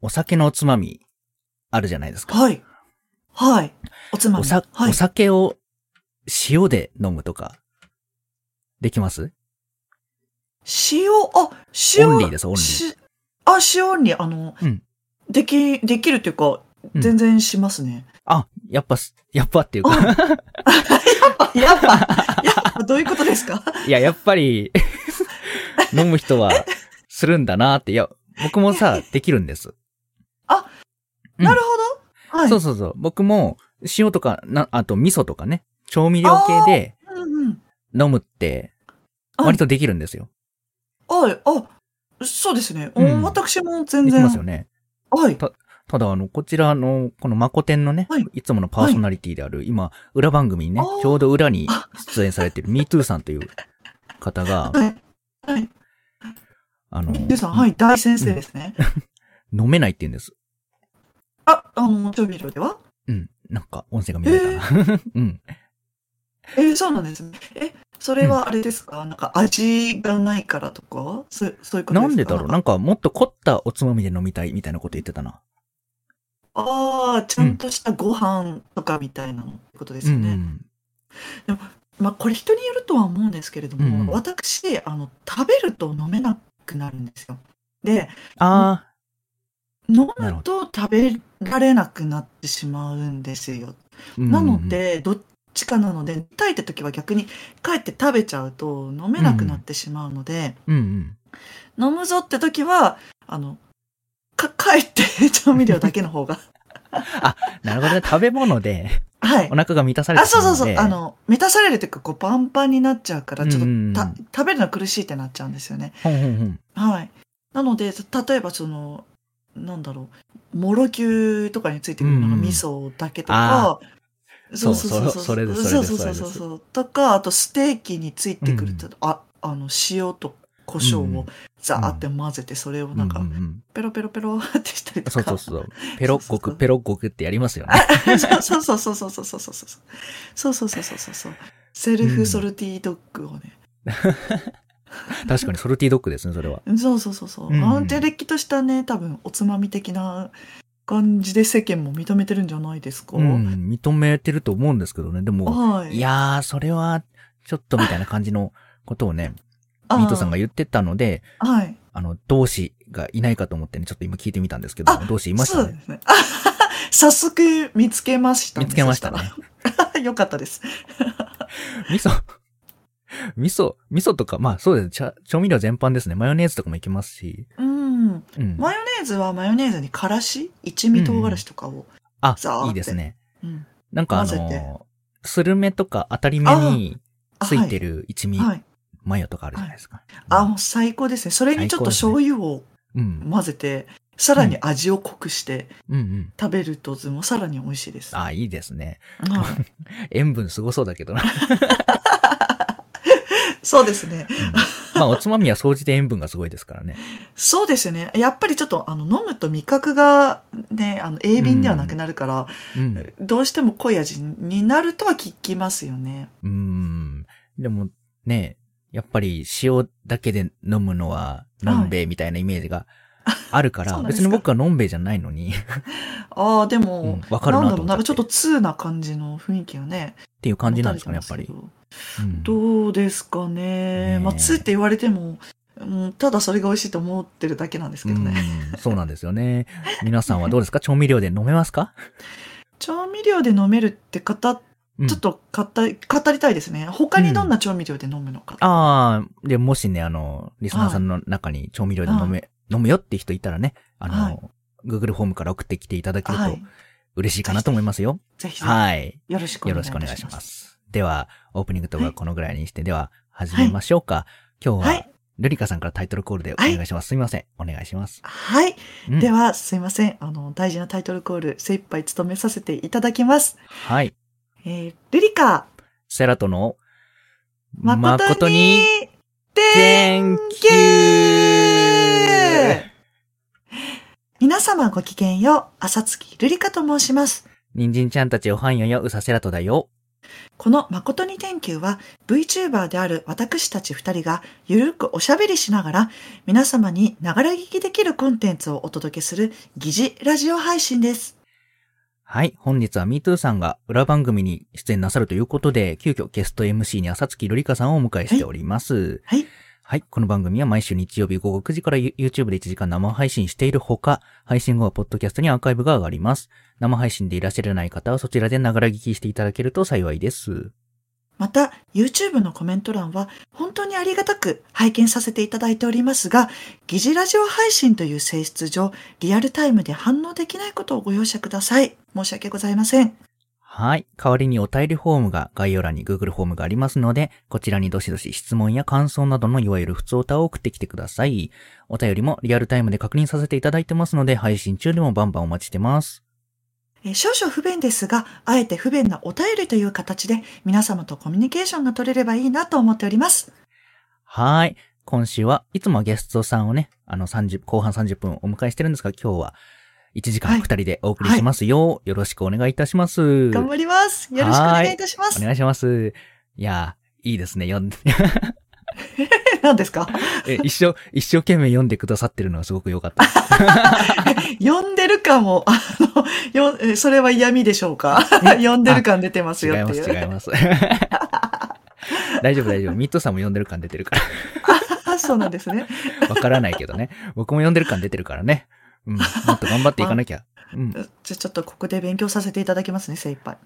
お酒のおつまみ、あるじゃないですか。はい。はい。おつまみ。おさ、はいお。酒を塩で飲むとか、できます塩、あ、塩。オンリーですオンリーしあ、塩に、あの、うんでき、できるっていうか、うん全然しま すね。あ、やっぱす、やっぱっていうか、やっぱ、やっぱ、どういうことですか いや、やっぱ り、飲む人はするんだなって、いや、僕もさ、できるんです。うんなるほど。はい。そうそうそう。僕も、塩とか、な、あと味噌とかね、調味料系でうんうん。飲むって、はい割とできるんですよ。はい、あ、そうですね。おうん私も全でき然。ますよね。はい。ただ、あの、こちらの、このマコテンのね、はいい、つものパーソナリティである、今、裏番組にねあー、ちょうど裏に出演されてる MeToo さんという方 が、はい。はい。あの、ゆうさん、はい、大先生ですね。飲めないって言うんです。あ、あの、調味料ではうん。なんか、音声が見えた。え うん。えーそうなんですね。え、それはあれですか、なんか味がないからとかそそういうことですかなんでだろうなんか、もっと凝ったおつまみで飲みたいみたいなこと言ってたな。ああ、ちゃんとしたご飯とかみたいなのってことですよね。うんまあ、これ人によるとは思うんですけれども、うんうん私、あの、食べると飲めなくなるんですよ。で、あ飲なるほむと食べられなくなってしまうんですよ。ー、うんなの、で、どっちかなので、炊いた時は逆に帰って食べちゃうと飲めなくなってしまうので、うんうん。飲むぞって時は、あの、か、帰って 調味料だけの方が。なるほどね。食べ物で、 はいお。腹が満たされあ、てしまそううのそで。うそう。あ、の、満たされるというか、こう、パンパンになっちゃうから、ちょっとうんうんうんた、食べるの苦しいってなっちゃうんですよね。ほんほんほん。はい。なので、た例えばその、なんだろう、もろきゅうとかについてくるのうんがうん味噌だけとか、そうそそれそれですそうそれですそそうそうれですそう。とか、あとステーキについてくるうんと、あ、あの、塩と胡椒うんうをんザーって混ぜて、それをなんかう、んうんペロペロペロってしたりうんとそうか。そうそう。ペロッそゴうそうそうク、ペロッゴクってやり ますよね。そうそうそうそうそうそうそうそう。そうそうそうそうそうそう。セルフソルティドッグをね。確かにソルティドッグですね、それは。そうそうそうそう。うんアンテレキとしたね、多分おつまみ的な感じで世間も認めてるんじゃないですか。うん、認めてると思うんですけどね。でも、はい。いやー、それは、ちょっとみたいな感じのことをね、あー、ミートさんが言ってたので、はい。あの、同志がいないかと思ってね、ちょっと今聞いてみたんですけど、あ同志いましたそうね。ですね。あはは早速見つけましたね、見つけましたねそたら。 よかったです。味噌、味噌、味噌とか、まあそうです。調調味料全般ですね。マヨネーズとかもいきますし。うん。うん。マヨネーズはマヨネーズにからし、一味唐辛子とかを。あザーっ、ていいですね。うん。なんかあ混ぜての、スルメとか当たり目についてる一味はい。マヨとかあるじゃないですか。あ、もう最高ですね。それにちょっと最高醤油をうん。混ぜて、さらに味を濃くしてうんうん。食べるとずもさらに美味しいです。あ、いいですね。はい塩分すごそうだけどな。 そうですね。まあ、おつまみは掃除で塩分がすごいですからね。そうですね。やっぱりちょっとあの飲むと味覚がね、あの鋭敏ではなくなるから、うん。どうしても濃い味になるとは聞きますよね。うん。でも、ね、やっぱり塩だけで飲むのは、のんべいみたいなイメージがあるから、そうなんです別かに僕はのんべいじゃないのに、ああ、でも、うんわかるなんなとだろ思う、っなんかちちゃょっってとっ通な感じの雰囲気がね。ていう感じなんですかね、やっぱ持りた。れてますうんけど。どうですかねえね。まあ、通って言われても、うん、ただそれが美味しいと思ってるだけなんですけどね。うんそうなんですよね。皆さんはどうですか調味料で飲めますか調味料で飲めるって方、ちうんょっと語り語りたいですね。他にどんな調味料で飲むのか。ああ、で、もしね、あの、リスナーさんの中に調味料で飲め、飲むよって人いたらね、あの、はい Google フォームから送ってきていただけるはとい。嬉しいかなと思いますよ。ぜひぜひ、はい。よろしくおよろ願いしいくお願たいししま。ますす。では、オープニングとははいこのぐらいにして、では、始めましょうか。今日は。、はいルリカさんからタイトルコールでお願いします。すみません。お願いします。はい。うんでは、すいません。あの、大事なタイトルコール、精一杯務めさせていただきます。はい。えー、ルリカ、セラトの、誠に、てん Thank ー you! 皆様ごきげんよう、朝月ルリカと申します。人参ちゃんたちおはんよよ、うさセラトだよ。この誠に天球は VTuber である私たち二人がゆるくおしゃべりしながら皆様にながら聞きできるコンテンツをお届けする疑似ラジオ配信です。はい。本日は MeToo さんが裏番組に出演なさるということで、急遽ゲスト MC に朝月瑠璃香さんをお迎えしております。はいはい。はい。この番組は毎週日曜日午後9時から You- YouTube で1時間生配信しているほか、配信後はポッドキャストにアーカイブが上がります。生配信でいらっしゃらない方はそちらでながら聞きしていただけると幸いです。また、YouTube のコメント欄は本当にありがたく拝見させていただいておりますが、疑似ラジオ配信という性質上、リアルタイムで反応できないことをご容赦ください。申し訳ございません。はい。代わりにお便りフォームが概要欄に Google フォームがありますので、こちらにどしどし質問や感想などのいわゆる普通歌を送ってきてください。お便りもリアルタイムで確認させていただいてますので、配信中でもバンバンお待ちしてます。えー少々不便ですが、あえて不便なお便りという形で皆様とコミュニケーションが取れればいいなと思っております。はい。今週はいつもはゲストさんをね、あの30、後半30分お迎えしてるんですが、今日は1時は間い2人でお送りしますよ。よろしくお願いいたします。頑張ります。よろしくお願いいたしまおす。願いします。いやー、いいですね。読んで 何ですか え一生、一生懸命読んでくださってるのはすごく良かったです。呼んでる感も、あの、よえーそれは嫌味でしょうか 呼んでる感出てますよ違いっまていす、う。違います。 大丈夫、大丈夫。ミッドさんも読んでる感出てるかあ そうなんですね。 ら。わからないけどね。僕も読んでる感出てるからね。うん。もっと頑張っていかなきゃ。 うん。じゃあちょっとここで勉強させていただきますね、精一杯。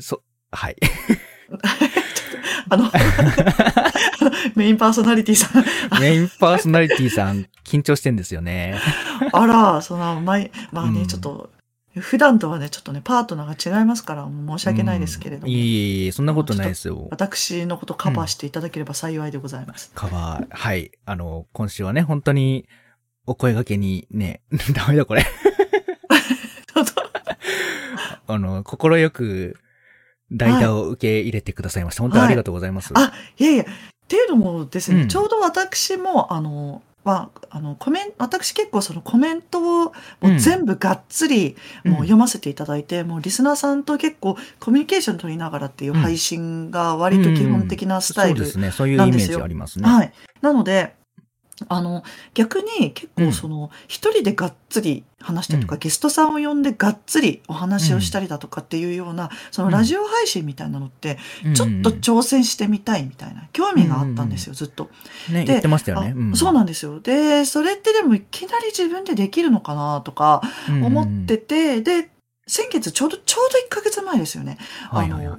そ、はい。あの、 メインパーソナリティさん。メインパーソナリティさん、緊張してんですよね。あら、その、前、まあね、うんちょっと、普段とはね、ちょっとね、パートナーが違いますから、申し訳ないですけれども。うんいえいえいえ、そんなことないですよ。私のことカバーしていただければ幸いでございます。カバー、はい。あの、今週はね、本当に、お声掛けにね、 ダメだこれ。あの、心よく、代打を受け入れてくださいました。本当にありがとうございます。はいいやいや、っていうのもですね、うんちょうど私も、あの、まあ、あの、コメン私結構そのコメントをもう全部がっつり、うんもう読ませていただいて、もうリスナーさんと結構コミュニケーション取りながらっていううん配信が割と基本的なスタイル。そうですね。そういうイメなんーですよジありますね。はい。なので、あの、逆に結構その、一人でがっつり話したりとか、うゲストさんを呼んでがっつりお話をしたりだとかっていうような、そのラジオ配信みたいなのって、ちょっと挑戦してみたいみたいな、興味があったんですよ、ずっと。ね、で言ってましたよあね。そうなんですよ。で、それってでもいきなり自分でできるのかなとかうん思って、て、で、先月ちょうど、ちょうど1ヶ月前ですよね。はいはいはい。あの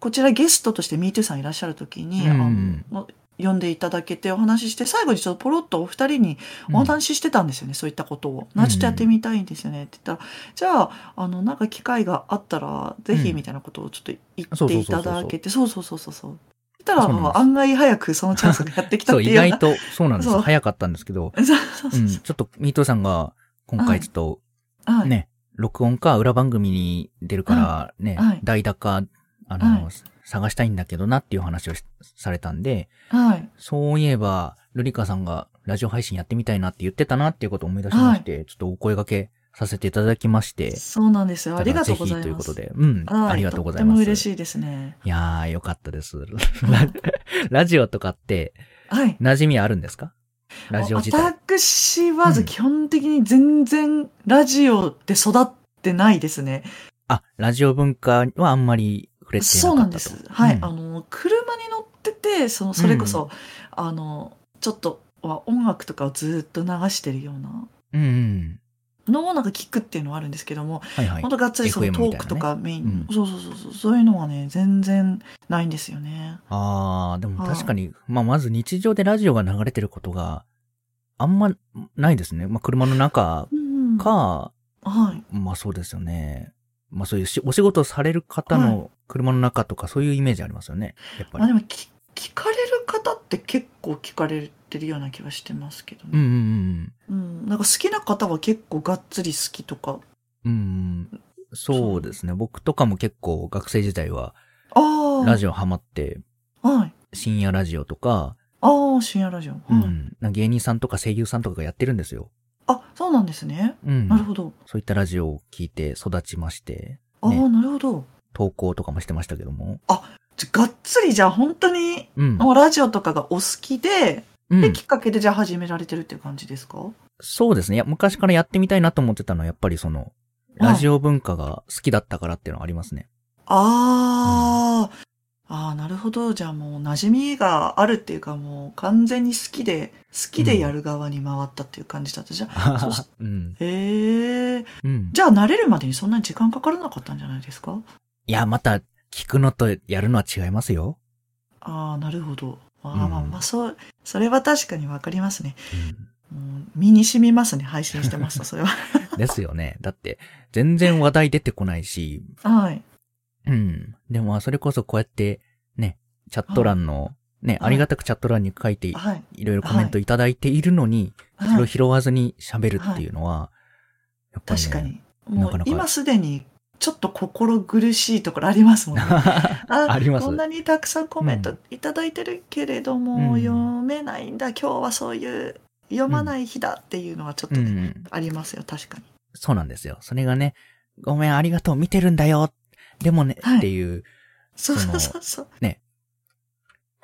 こちらゲストとして MeToo さんいらっしゃる時に、うんあの呼んでいただけてお話しして最後にちょっとポロッとお二人にお話ししてたんですよね、そういったことを。なちょっとやってみたいんですよねって言ったら、じゃああのなんか機会があったらぜひうんみたいなことをちょっと言そうそうそってういそうただけてそうそうそうそうそう。言ったらそうなんですまあ案外早くそのチャンスがやってきたそっう、てい意うよう外な。と、そうなんですそよ。う早かったんですけど、そう そううそん、うちょそっと、ミートさんが、今は回いちょっと、う。はいね、録音か裏番組に出るから、ねはい、代打か、あのは、探したいんだけどなっていう話をしされたんで、はい。そういえば、ルリカさんがラジオ配信やってみたいなって言ってたなっていうことを思い出しまして、ちょっとお声掛けさせていただきまして、そうなんですよ。ありがとうございぜます。ひということで、うん、はいありがとうございとっまてもす。嬉しいで すね。いやー、よかったです。 ララジオとかって、はい。馴染みあるんですかラジオ自体。私はうん基本的に全然ラジオで育ってないですね。あ、ラジオ文化はあんまり触れてそうななかんったでと。す。はい。うんあの、車に乗ってて、その、それこそ、あの、ちょっとは音楽とかをずっと流してるようなうんうん。のをなんか聞くっていうのはあるんですけども、はいはい本。当がっつりその FM トークとかメイン、みたいなねそうそうそうそう、そういうのはね、全然ないんですよね。あー、でも確かに、まあまず日常でラジオが流れてることがあんまないですね。まあ車の中うん、か、はい。まあそうですよね。まあそういうしお仕事される方の車の中とかそういうイメージありますよね。やっぱまありで。もき、聞かれる方って結構聞かれてるような気はしてますけどね。うんうんうんうん、なんか好きな方は結構がっつり好きとか。うん。うんうん。そうですね。僕とかも結構学生時代はああ。ラジジオハマって、オ。はい。深夜ラジオとか、ああ、深夜ラジオ。うはいん、なんか芸人さんとか声優さんとかがやってるんですよ。あ、そうなんですね。うんな。るほど。そういったラジオを聞いて育ちまして、ああ、ねなるほど。投稿とかもしてましたけども。じゃがっつりじゃあ本当に、うん。もうラジオとかがお好きで、うで、んきっかけでじゃあ始められてるっていう感じですかそうですね。いや昔からやってみたいなと思ってたのは、やっぱりその、ラジオ文化が好きだったからっていうのはありますね。あー、あーなるほど。じゃあもう馴染みがあるっていうかもう完全に好きで、好きでやる側に回ったっていう感じだったじゃん。そうしうん。へえ。うん。じゃあ慣れるまでにそんなに時間かからなかったんじゃないですかいや、また、聞くのとやるのは違いますよ。ああ、なるほど。ああ、うんまあまあ、そう、それは確かにわかりますね。うんうん、身に染みますね。配信してますと、それは。ですよ ね。だって、全然話題出てこないし、はい。うん。でも、それこそこうやって、ね、チャット欄の、ね、はいありがたくチャット欄に書いて、はい。いろいろコメントいただいているのに、それはをい。拾わずに喋るっていうのは、やっぱり、ね、確か。に。なもうかなか今すでに、ちょっと心苦しいところありますも んね。あありますこんなにたくさんコメントいただいてるけれども、うん読めないんだ、今日はそういう、読まない日だっていうのはちょっ うとね、ん。ありますよ、確かに。そうなんですよ。それがね、ごめん、ありがとう、見てるんだよ。でもね、はいっていうそうそそのうそうそう。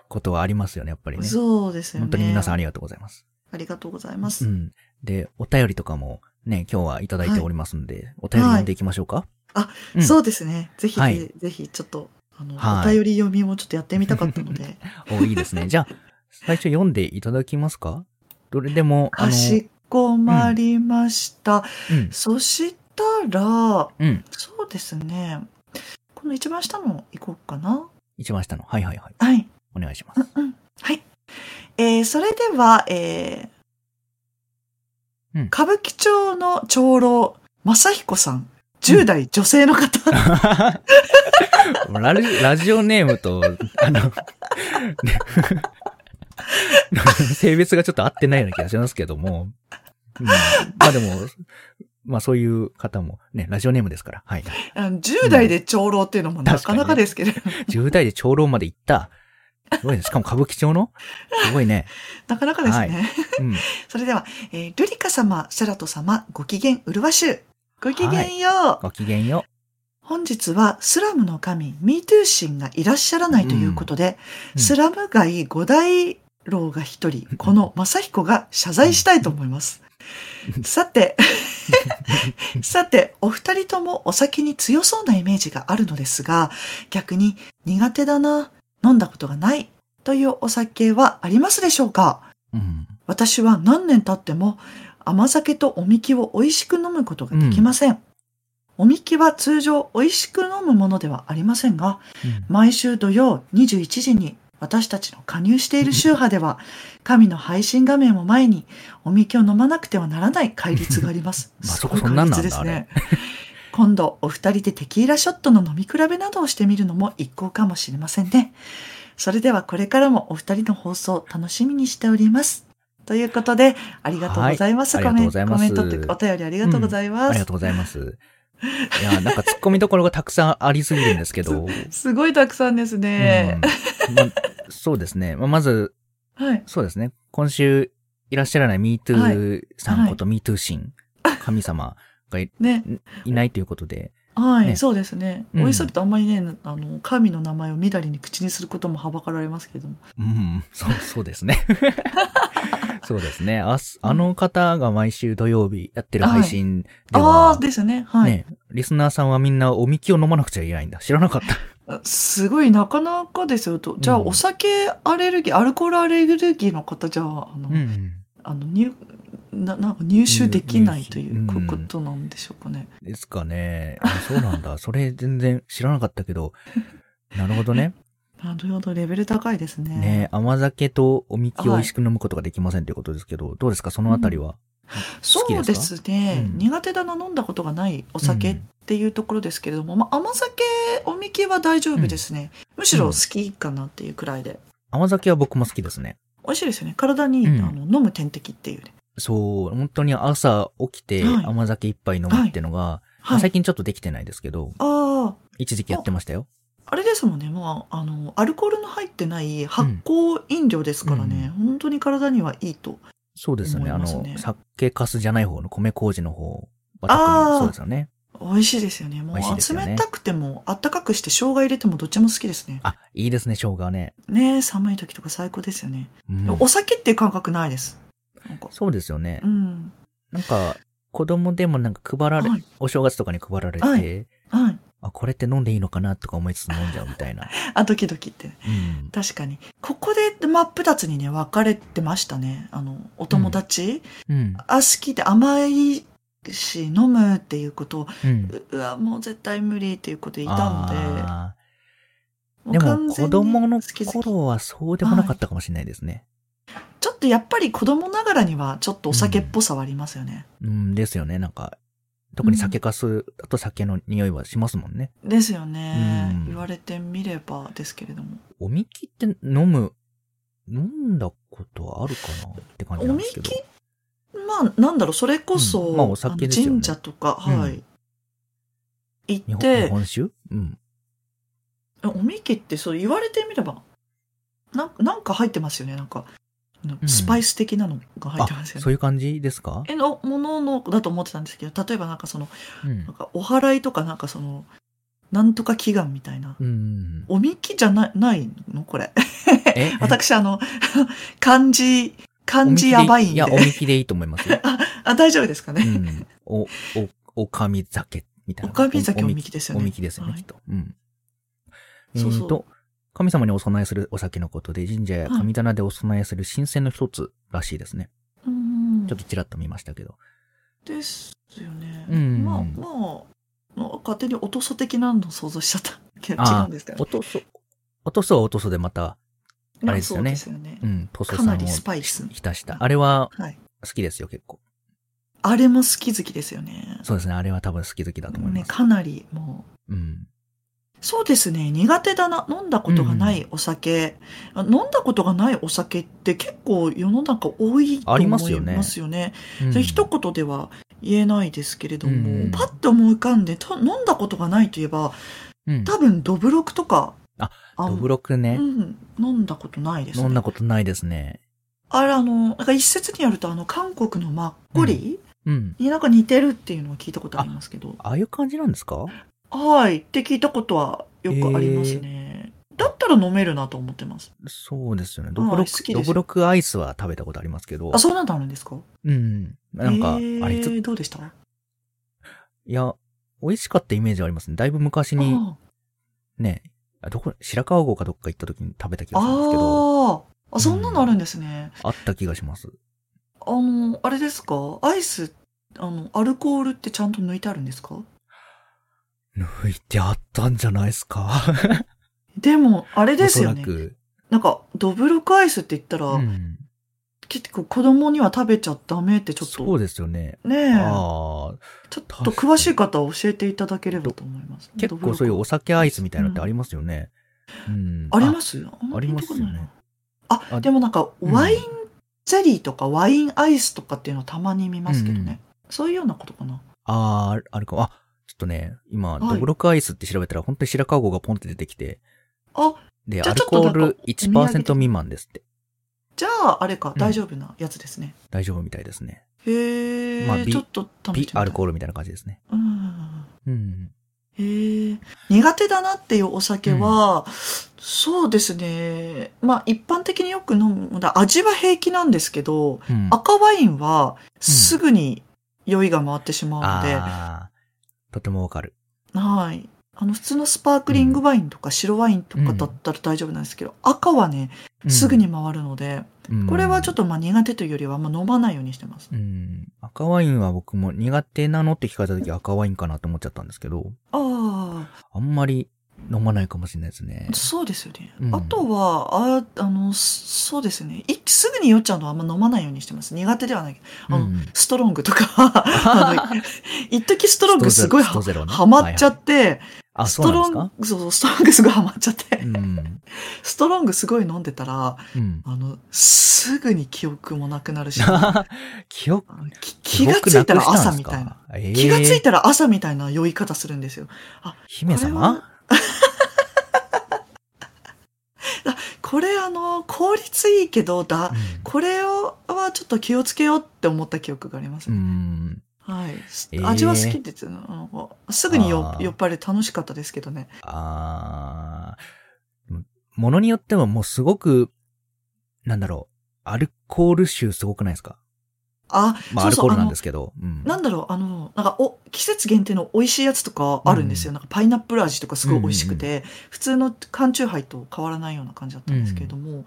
ことはありますよね、やっぱりね。そうですよね。本当に皆さんあありがとうございます。りがとうございます。うん。で、お便りとかもね、今日はいただいておりますんで、お便り読んでいきましょうか。あ、うんそうですね。ぜひ、はいぜひ、ちょっと、あの、はいお便り読みもちょっとやってみたかった ので。お、いいですね。じゃあ、最初読んでいただきますかどれでも、あかの、しこまりました。うん。そしたら、うん。そうですね。この一番下の行こうかな。一番下の。はいはいはい。はい。お願いします。はい。えー、それでは、えーうん歌舞伎町の長老、正彦さん、10代女性の方。ラジラジオネームと、あの、ね 性別がちょっと合ってないような気がしますけども。うん、まあでも、まあそういう方も、ね、ラジオネームですから。はい。 あの10代で長老っていうのもなかなかですけど、 10代で長老まで行った。すごいね。しかも歌舞伎町のすごいね。なかなかですね。はうん。それでは、えールリカ様、シャラト様、ご機嫌うるわしゅう。ご機嫌よう。ごきげんよ本日はスラムの神、ミートゥー神がいらっしゃらないということで、うんスラム街五大老が一人、この正彦が謝罪したいと思います。さて、 さて、お二人ともお酒に強そうなイメージがあるのですが、逆に苦手だな、飲んだことがないというお酒はありますでしょうかう。うん。私は何年経っても甘酒とおみきを美味しく飲むことができません。おみきは通常美味しく飲むものではありませんが、うん毎週土曜21時に私たちの加入している宗派では、神の配信画面を前におみきを飲まなくてはならない戒律があります。 まあすそごこいそんなんなんだ戒律ですね。今度お二人でテキーラショットの飲み比べなどをしてみるのも一行かもしれませんね。それではこれからもお二人の放送楽しみにしております。ということで、ありがとうございます。はいコメンありがとうございコますメントっていうかお便りありがとうございます。ありがとうございます。いや、なんか突っ込みどころがたくさんありすぎるんですけど。すごいたくさんですね。うんま、そうですね。ままず、はい。そうですね。今週いらっしゃらない MeToo さんこと MeToo 神、神様がいね。いないということで、はい、ねそうですね。うんおいそびとあんまりね、あの、神の名前をみだりに口にすることもはばかられますけれども。うん、そう、そうです ね。そうですね。あすあの方が毎週土曜日やってる配信であは、あー、ですね。はい、ね、リスナーさんはみんなおみきを飲まなくちゃいけないんだ。知らなかった。すごい、なかなかですよと。じゃあ、うんお酒アレルギー、アルコールアレルギーの方じゃあ、あの、うん。あの入ななんか入手できないとい入う手うんことなんでしょうかね。ですかね。あそうなんだ。それ全然知らなかったけど、なるほどね。なるほど、レベル高い ですね。ね甘酒とおみきを美はい味しく飲むことができませんということですけど、どうですかそのあたりは。そ好きうでですすね、うん苦手だな飲んだことがないお酒うっんていうところですけれども、まあ、甘酒おみきは大丈夫ですね、むしろ好きかなっていうくらいで甘酒は僕も好きですね。美味しいですよね体に、うんあの飲む点滴っていうね、そう、本当に朝起きてはい甘酒一杯飲むってのが、まあはい最近ちょっとできてないですけど、ああ一時期やってましたよ。あれですもんね、まあ、あのアルコールの入ってない発酵飲料ですからね、本当に体にはいいとそうですよね。あ思いますねの、酒粕じゃない方の米麹の方は特あにーそうですよね。美味しいですよね。も美味しいうですよね冷たくても、あったかくして生姜入れてもどっちも好きですね。あ、いいですね、生姜ね。ねえ寒い時とか最高ですよね。うんでもお酒っていう感覚ないです。なんかそうですよねう。ん。なんか、子供でもなんか配られ、はい。お正月とかに配られて、はいはい。あ、これって飲んでいいのかなとか思いつつ飲んじゃうみたいな。あ、ドキドキってね。うん。確かに。ここで真っ二つにね、分かれてましたね。あの、お友達、うん。あ、好きで甘いし、飲むっていうことを、うん。ううわ、もう絶対無理っていうこと言いたので、あーうで完も全子に供の好き好き頃はそうでもなかったかもしれないですね。ちょっとやっぱり子供ながらにはちょっとお酒っぽさはありますよね。うんですよね、なんか。特に酒かすだと酒の匂いはしますもんね。ですよね、うん言われてみればですけれども。おみきって飲む、飲んだことはあるかなって感じおなんみですけどき。まあ、なんだろう、それこそ、うんまあお酒ですよねあの神社とか、うんはい。日行本っ日て、本酒うん。おみきってそう言われてみれば、なんなんか入ってますよね、なんか。んスパイス的なのが入あってます、よそうね。いう感じですかえのもののだと思ってたんですけど、例えばなんかその、うんなん。かお祓いとかなんかその、なんとか祈願みたいな。うん。おみきじゃなないのこれ。え私、あの、漢字、漢おみきで字やばいんいでや、。おみきでいいと思いますよ。あ、大丈夫ですかうね。ん。お、お、おかみ酒みたいな。おかみ酒おおみみきですよおね。みきですよね、はいきっと。うん。えそうそうーと、神様にお供えするお酒のことで、神社や神棚でお供えする神聖の一つらしいですね。うんちょっとちらっと見ましたけど。ですよね。うんまあまあ、まあ勝手におとそ的なの想像しちゃったけど。違あうんですけど。落とそ、落とそは落とそでまた、あれですよねまあそうですよねう。ん、塗装かさなんをりスパイス浸した。あれははい。好きですよ、結構。あれも好き好きですよね。そうですね、あれは多分好き好きだと思いね、ます。かなりもう。うん。そうですね。苦手だな。飲んだことがないお酒。あ飲んだことがないお酒って結構世の中多いとあ思りいまますすよよねね。うんで一言では言えないですけれども、うんパッと思い浮かんでと飲んだことがないといえば、うん。多分ドブロクとか。あ、あどぶろくねう。ん、飲んだことないです、ね。飲んだことないですね。あれ、あの、なんか一説によると、あの、韓国のマッコリうん。になんか似てるっていうのは聞いたことありますけど、ああいう感じなんですかはいって聞いたことはよくありますね。だったら飲めるなと思ってます。そうですよね。どぶろ好く、きですどよぶろくアイスは食べたことありますけどあ、。そうなんだあるんですかうん。なんか、あえーれ、ちょっとどうでしたいや、美味しかったイメージはありますね。だいぶ昔に、あね、あどこ、白川郷かどっか行った時に食べた気あがするんですけど、ーあ、そんなのあるんですね。あった気がします。あの、あれですかアイス、あの、アルコールってちゃんと抜いてあるんですか 抜いてあったんじゃないです か。でも、あれですよおねそ。らく。なんか、ドブロクアイスって言ったら、うん。結構子供には食べちゃダメってちょっそとうですよね。ねえああ、ちょっと詳しい方は教えていただければと思います。結構そういうおお酒アイスみたいなのってありますよね。うん。ありますあありますよね。。あ、あでもなんかうんワインゼリーとかワインアイスとかっていうのたまに見ますけどね。そういうようなことかな。ああ、あるかも。あ、ちょっとね、今、はいドブロクアイスって調べたら、本当に白川郷がポンって出てきて、あ、で、じアゃあルちょっとコーなんかルお土産1%で未満ですって。じゃああれか、うん大丈夫なやつですね。大丈夫みたいですね。へえ、まあビちょっと試微してみたいアルコールみたいな感じですね。うんうん。へえ苦手だなっていうお酒は、そうですね。まあ一般的によく飲む、味は平気なんですけど、うん、赤ワインはすぐに酔いが回ってしまうので、あーとてもわかる。はい。あの普通のスパークリングワインとか白ワインとかだったら大丈夫なんですけど、赤はね、すぐに回るので、うん、これはちょっと、とまあ苦手というよりはあんま飲まないようにしてます。うん。赤ワインは僕も苦手なのって聞かれた時赤ワインかなと思っちゃったんですけど、ああ、あんまり飲まないかもしれないですね。そうですよね。うんあとは、あ、あの、そうですね。一気すぐに酔っちゃうのはあんま飲まないようにしてます。苦手ではないけど。あのうんストロング とか、あの、一時ストロングすごいストゼロねはまっちゃはいはいって、あ、スそうトなロんですンかグ、そうそう、ストロングすごいハマっちゃって、うん。ストロングすごい飲んでたら、 うん。あの、すぐに記憶もなくな るし、記憶、き気がついたら朝みたいな。。ええ気がついたら朝みたいな酔い方するんですよ。姫様これあの、効率いいけどだ、これをはちょっと気をつけようって思った記憶があります。うん。はいえ。ー味は好きですよ、うんすぐに酔あー酔っ払い楽しかったですけどね。あーうんものによってはもうすごく、なんだろう、アルコール臭すごくないですかあ、まあ、そうアルそコうールなんですけど。うんなんだろう、あの、なんか、お、季節限定の美味しいやつとかあるんですよ。なんか、パイナップル味とかすごい美味しくて、普通の缶チューハイと変わらないような感じだったんですけれども、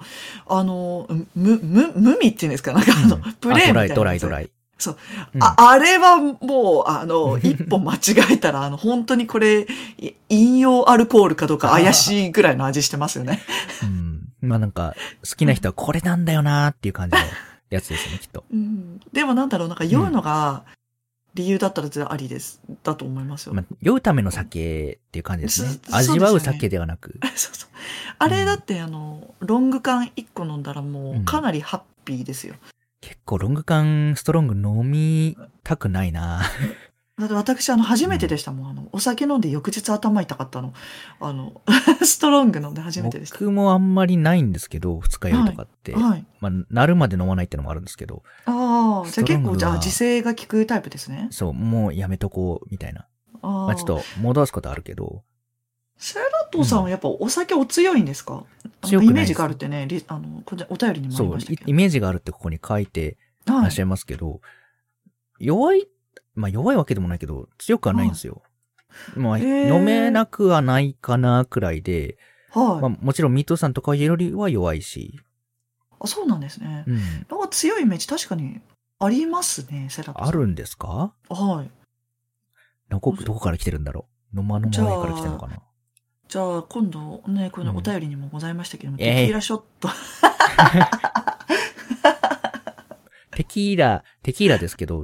あの、む、む、むみっていうんですかなんか、あの、うんプレーンみたいなやあつ。ドライ、ドライ、ドライ。そううん。あ、あれはもう、あの、うん一歩間違えたら、あの、本当にこれ、い飲用アルコール かどうか怪しいぐらいの味してますよね。うん。まあなんか、好きな人はこれなんだよなーっていう感じのやつですよね、きっと。うん。でもなんだろう、なんか酔うのが理由だったら全然ありです、だと思いますよ。まあ、酔うための酒っていう感じですね。そそうですよ味ねわう酒ではなく。 そうそう。あれだって、あの、ロング缶1個飲んだらもうんうかなりハッピーですよ。結構ロング缶、ストロング飲みたくないなーだって私、あの、初めてでしたもん。あの、お酒飲んで翌日頭痛かったの。あの、 ストロング飲んで初めてでした。僕もあんまりないんですけど、二日酔いとかって。はい。まあ、なるまで飲まないってのもあるんですけど、ああ、じゃスあ結構、トロングはじゃあ、自制が効くタイプですね。そう、もうやめとこう、みたいな。あまあ、ちょっあ。と戻すことあるけど、シェラトさんはやっぱお酒お強いんですか強くイないですメージがあるってね、リあの、こちらお便りにもありそう、ましたイけイど。メージがあるってここに書いてらはっしゃいますけど、弱い、まあ弱いわけでもないけど、強くはないんですよ。まあ、へー飲めなくはないかな、くらいで、い。はいまあもちろんミートさんとかよりは弱いし、あ、そうなんですね。うん。なんか強いイメージ確かにありますね、セラトさん。あるんですかはい。どこ、どこから来てるんだろう飲ま飲まないから来てるのかなじゃあ今度ね、こうんのお便りにもございましたけども、ええテキーラショット。 テキーラ、テキーラですけど、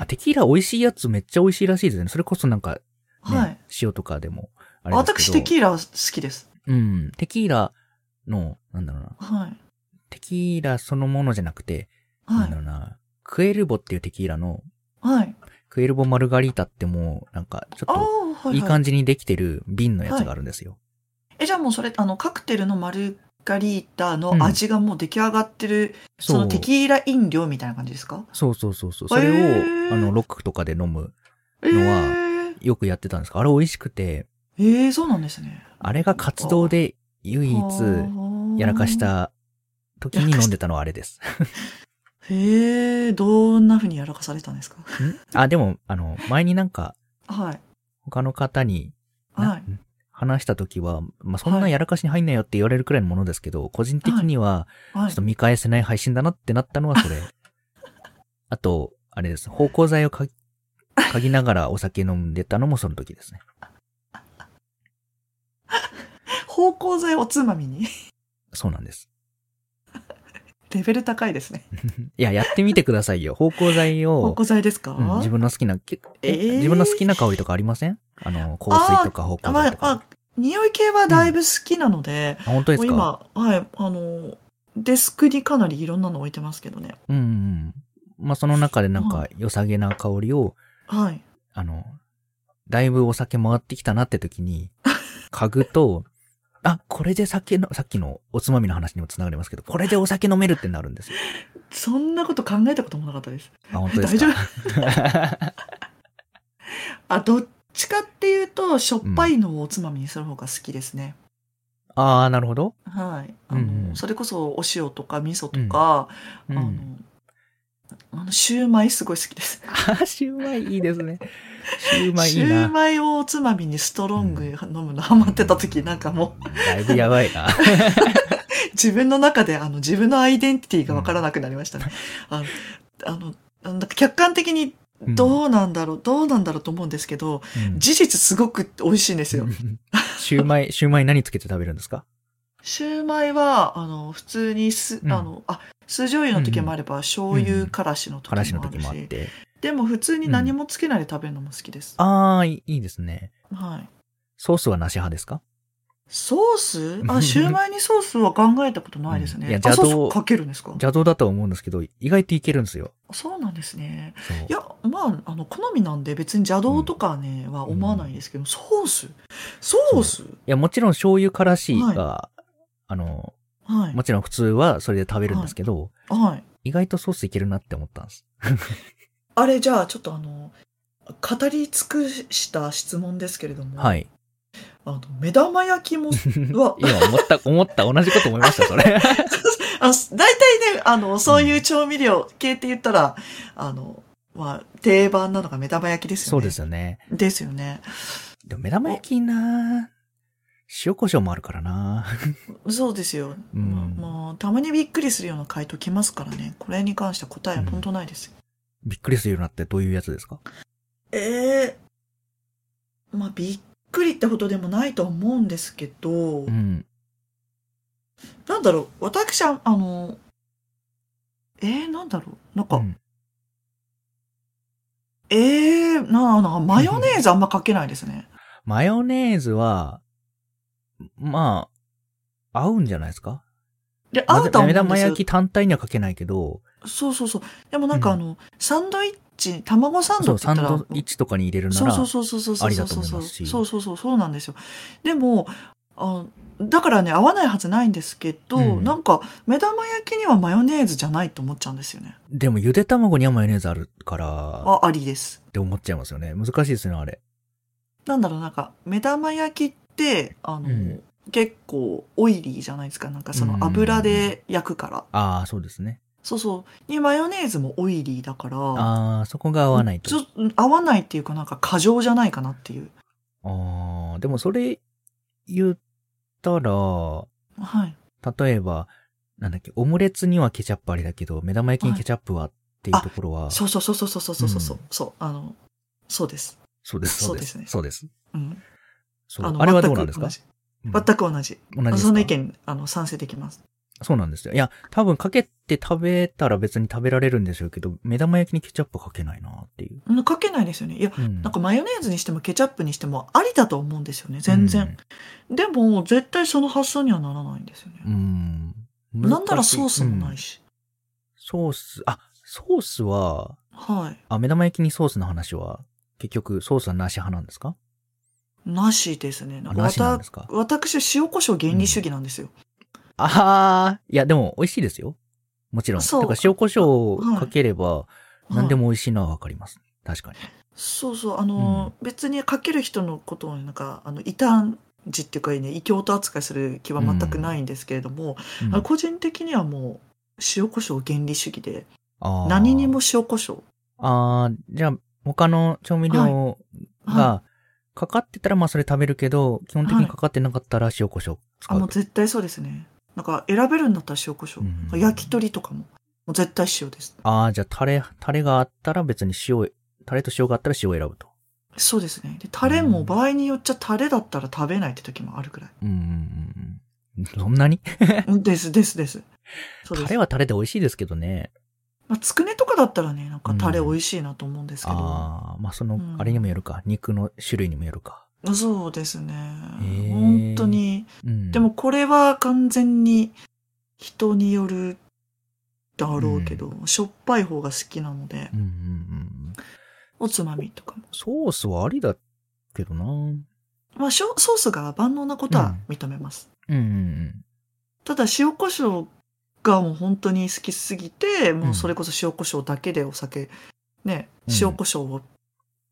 あい。テキーラ美味しいやつめっちゃ美味しいらしいですね。それこそなんか、ねはい。塩とかでもあれですけど。私テキーラ好きです。うん。テキーラの、なんだろうな。はい。テキーラそのものじゃなくて、はなんだろい。うな。クエルボっていうテキーラの、はい。クエルボマルガリータってもう、なんか、ちょああっー、と、はいいはい。感じにできてる瓶のやつがあるんですよ。え、じゃあもうそれ、あの、カクテルのマルガリータうんの味がもう出来上がってる、そのテキーラ飲料みたいな感じですかそうそうそうそう。へそれーを、あの、ロックとかで飲む、えのえよくやってたんですかあれ美味しくて、えー、そうなんですね。あれが活動で唯一やらかし。た時に飲んでたのはあれ です。へえ、どんな風にやらかされたんですかんあ、でも、あの、前になんか、はい。他の方に、なはい。話した時は、まあ、そんなはいやらかしに入んないよって言われるくらいのものですけど、個人的には、ちはょいっと。見返せない配信だなってなったのは それ。あと、あれです。芳香剤をかぎ、嗅ぎながらお酒飲んでたのもその時ですね。芳香剤おつまみに。 そうなんです。レベル高いですね。いや、やってみてくださいよ。芳香剤芳を、香剤ですか、うん自分の好きな、結構えー自分の好きな香りとかありませんあの、香水とか芳香ま剤あと、か。あ、匂い系はだいぶ好きなので、あ本当でもすうか今、はい、あの、デスクにかなりいろんなの置いてますけどね。うんうん。まあ、その中でなんか、良さげな香りを、はい。あの、だいぶお酒回ってきたなって時 に、嗅ぐと、あ、これで酒の、さっきのおつまみの話にも繋がりますけど、これでお酒飲めるってなるんですよ。そんなこと考えたこともなかったです。あ、本当ですか大丈あ、どっちかっていうと、しょっぱいのをおつまみにする方が好きですね。 ああ、なるほど。はい。あの、うんうんそれこそお塩とか味噌とか、うあのん。、あの、シューマイすごい好きです。あ、シューマイいいですね。シューマイいシいューな。マイをおつまみにストロング飲むのハマってた時、なんかもうう。だいぶやばい な。自分の中であの自分のアイデンティティがわからなくなりましたね。あの、あの、あのなんか客観的にどうなんだろう、どうなんだろうと思うんですけど、うん事実すごく美味しいんですよ。 シューマイ、シューマイ何つけて食べるんですかシューマイは、あの、普通にす、うんあの、あ、酢醤油の時もあれば、醤油からしの時もあからるしし、の時もあって。でも普通に何もつけないで食べるのも好きです。ああ、いいいいですね。はい。ソースはなし派ですかソースあ、シューマイにソースは考えたことないですうね。んいやあ、ソ邪道ースかけるんですか邪道だとは思うんですけど、意外といけるんですよ。そうなんですね。そういや、まあ、あの、好みなんで別に邪道とかね、は思わないですけど、ソースソースいや、もちろん醤油からしが、あの、はい。もちろん普通はそれで食べるんですけど、はい。意外とソースいけるなって思ったんです。あれじゃあちょっとあの語り尽くした質問ですけれども、はい。あの目玉焼き も今は思った、 思った、同じこと思いました、そ れ。あ大体ねあのそういう調味料系って言ったら、あのまあ、定番なのが目玉焼きですそよね。うですよね。ですよね。でも目玉焼きな塩胡椒もあるからな そうですよ。うんまあまあたまにびっくりするような回答来ますからね。これに関しては答えは本当ないですよ。びっくりするようになってどういうやつですかええまあ、びっくりってほどでもないと思うんですけど、うん。なんだろう、私は、あの、えー、なんだろう、なんか、うんええな、なんかマヨネーズあんまかけないですね。マヨネーズは、まあ、合うんじゃないですかで、合うとは目思うん玉ですよ焼き。単体にはかけないけど、そうそうそう。でもなんうかんあの、サンドイッチ、卵サンそドう、って言サっンたら、ドイッチとかに入れるなそうら、そうそうそうそうそうありだとそう思いそまうすしそうそうそうそうなんですよでもあだからね合わないはずないんですけど、うんなんか目玉焼きにはマヨネーズじゃないと思っちゃうんですよねでもゆで卵にはマヨネーズあるから、あありですって思っちゃいますよね。難しいですね、あれ。なんだろうなんか目玉焼きってあの、うん結構オイリーじゃないですかなんかそうんの油で焼くから、ああ、そうですね。そうそうにマヨネーズもオイリーだからああ、そこが合わないとち。ょ合わないっていうかなんか過剰じゃないかなっていうああ、でもそれ言ったら、はい例えば、なんだっけ、オムレツにはケチャップありだけど、目玉焼きにケチャップはっていうところは、そうそうそうそうそうそうそうそう、うんそうあのそうですそうです、そうですそうですね。そうです。うんそうあれはどうなんです全く同かじうん全く同じ。同じですかその意見、あの、賛成できます。そうなんですよ。いや、多分かけて食べたら別に食べられるんでしょうけど、目玉焼きにケチャップかけないなっていう。うんかけないですよね。いや、うんなんかマヨネーズにしてもケチャップにしてもありだと思うんですよね、全然。。でも、絶対その発想にはならないんですよね。うん。うんなんならソースもないし、うし。んソース、あ、ソースは、はい。あ、目玉焼きにソースの話は、結局ソースはなし派なんですかなしですね。あなしなんですかわた私、塩胡椒原理主義なんですよ。ああ、いやでも美味しいですよ。もちろん。そうだから塩胡椒をはいかければ、何ではいも美味しいのはわかります。確かに。そうそう、あの、別にかける人のことを、なんか、あの、異端児っていうかね、異教徒扱いする気は全くないんですけれども、うんあの個人的にはもう、塩胡椒原理主義で、あー何にも塩胡椒。ああ、じゃあ、他の調味料はが、かかってたらまあそれ食べるけど、基本的にかかってなかったら塩胡椒使あ、う。もう絶対そうですね。なんか選べるんだったら塩コショウ。うん焼き鳥とかも。もう絶対塩です。ああ、じゃあタレ、タレがあったら別に塩、タレと塩があったら塩を選ぶと。そうですね。で、タレうんも場合によっちゃタレだったら食べないって時もあるくらい。うんうんうんうん。そんなにうんです、です、です。そうでタす。レはタレで美味しいですけどね。まあ、つくねとかだったらね、なんうかんタレ美味しいなと思うんですけど。ああ、まあそうの、んあれにもよるか。肉の種類にもよるか。そうですねへえ。本当に。うん。でも、これは完全に人によるだろうけど、しょっぱい方が好きなのでう、んうんうん。おつまみとかも。ソースはありだけどな。うんまあ、しょソースが万能なことは認めます。うんうん。ただ塩コショウがもう本当に好きすぎて、もうそれこそ塩コショウだけでお酒、ね、うん塩コショウを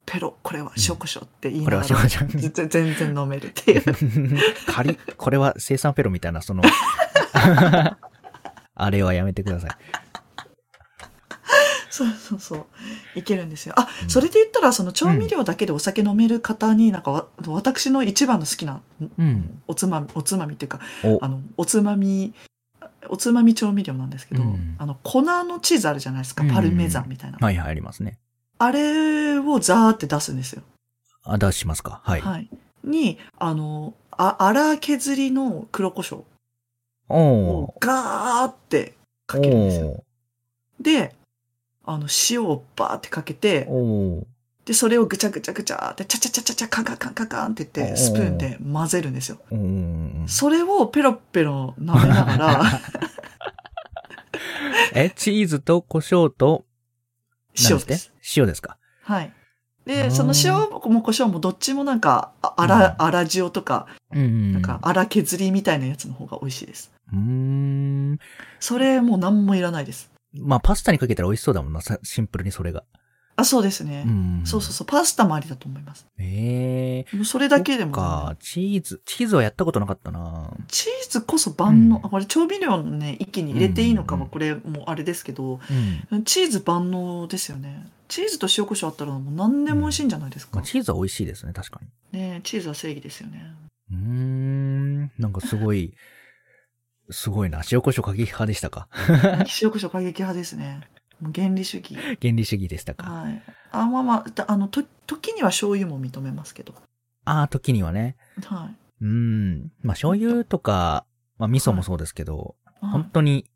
ペロ、これは塩コショウって言いこなれがはら、塩胡椒。 ぜぜ全然飲めるっ ていう。仮、これは生産フェロみたいな、そ の、あれはやめてください。そうそうそう。いけるんですよ。あ、うんそれで言ったら、その調味料だけでお酒飲める方に、なんかわ、私の一番の好きな、うん。おつまみ、おつまみっていうか、おあ、の、おつまみ、おつまみ調味料なんですけど、うんあの、粉のチーズあるじゃないですか、パルメザンみたいな。はいはい、ありますね。あれをザーって出すんですよ。あ、出しますか。はい。はい。に、あの、あ粗削りの黒胡椒おおをガーってー。かけるんですよ。おーで、あの、塩をバーってかけて、おーで、それをぐちゃぐちゃぐちゃって、チャチャチャチャチャ、カンカンカンカンカンって言っおーて、スプーンで混ぜるんですよ。お ーそれをペロペロ舐めな がら、え、チーズと胡椒と、塩何でですす。。塩ですか。はい。あーで、その塩も胡椒もどっちもなんか、あ粗、粗塩とか、うんうん。なんか、粗削りみたいなやつの方が美味しいです。うーん。それもう何もいらないです。まあ、パスタにかけたら美味しそうだもんな、さシンプルにそれが。あ、そうですね。んそうそうそう。パスタもありだと思います。う。ええもうそれだけでも。か、チーズ、チーズはやったことなかったなチーズこそ万能。うんあこれ調味料のね、一気に入れていいのかうんうんは、うんこれもうあれですけど、うん。チーズ万能ですよね。チーズと塩コショウあったらもう何でも美味しいんじゃないですまかあ、。チーズは美味しいですね、確かに。ねチーズは正義ですよね。うーん、なんかすごい、すごいな。塩胡椒過激派でしたか 塩コショウ過激派ですね。もう原理主義。原理主義でしたかはい。あ、まあまあ、だあの、と、時には醤油も認めますけど。ああ、時にはね。はうーん。まあ、醤油とか、まあ、味噌もそうですけど、い。本当に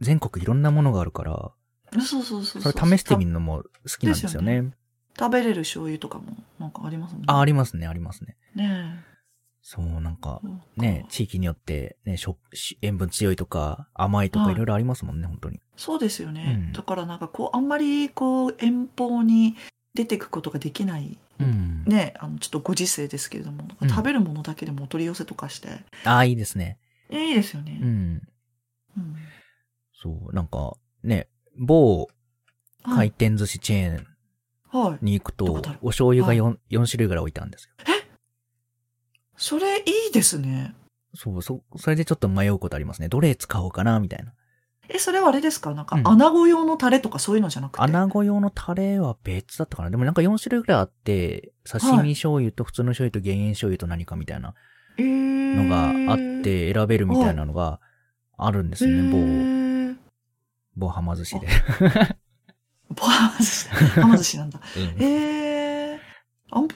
全国いろんなものがあるから、はい、そうそうそうそれ試してみる。るのも好きなんですよね。た食べれる醤油とかも、なんかありますもんね。ああ、ありますね、ありますね。ねそう、なんかえ、そうかね、地域によって、ね、しょし塩分強いとか、甘いとかはいいろいろありますもんね、本当に。そうですよね、うんだからなんかこう、あんまりこう、遠方に出てくことができない、うん。ね、あの、ちょっとご時世ですけれども、うん食べるものだけでもお取り寄せとかして、ああ、いいですね。ねいいですようね。ん。うん。そう、なんか、ね、某は回い。転寿司チェーンはい。に行くと、どこだろおう醤油がはい 4, 4種類ぐらい置いたんですよ。それいいですね。そう、そ、それでちょっと迷うことありますね。どれ使おうかな、みたいな。え、それはあれですかなんか、うん穴子用のタレとかそういうのじゃなくて。穴子用のタレは別だったかな。でもなんか4種類ぐらいあって、刺は身い醤油と普通の醤油と減塩醤油と何かみたいなえーのがあっ、て選べるみたいなのがあるんですよえね、ー某、某はま寿司で。ぼはま寿司。はま寿司なんだ。 うんえー、あんま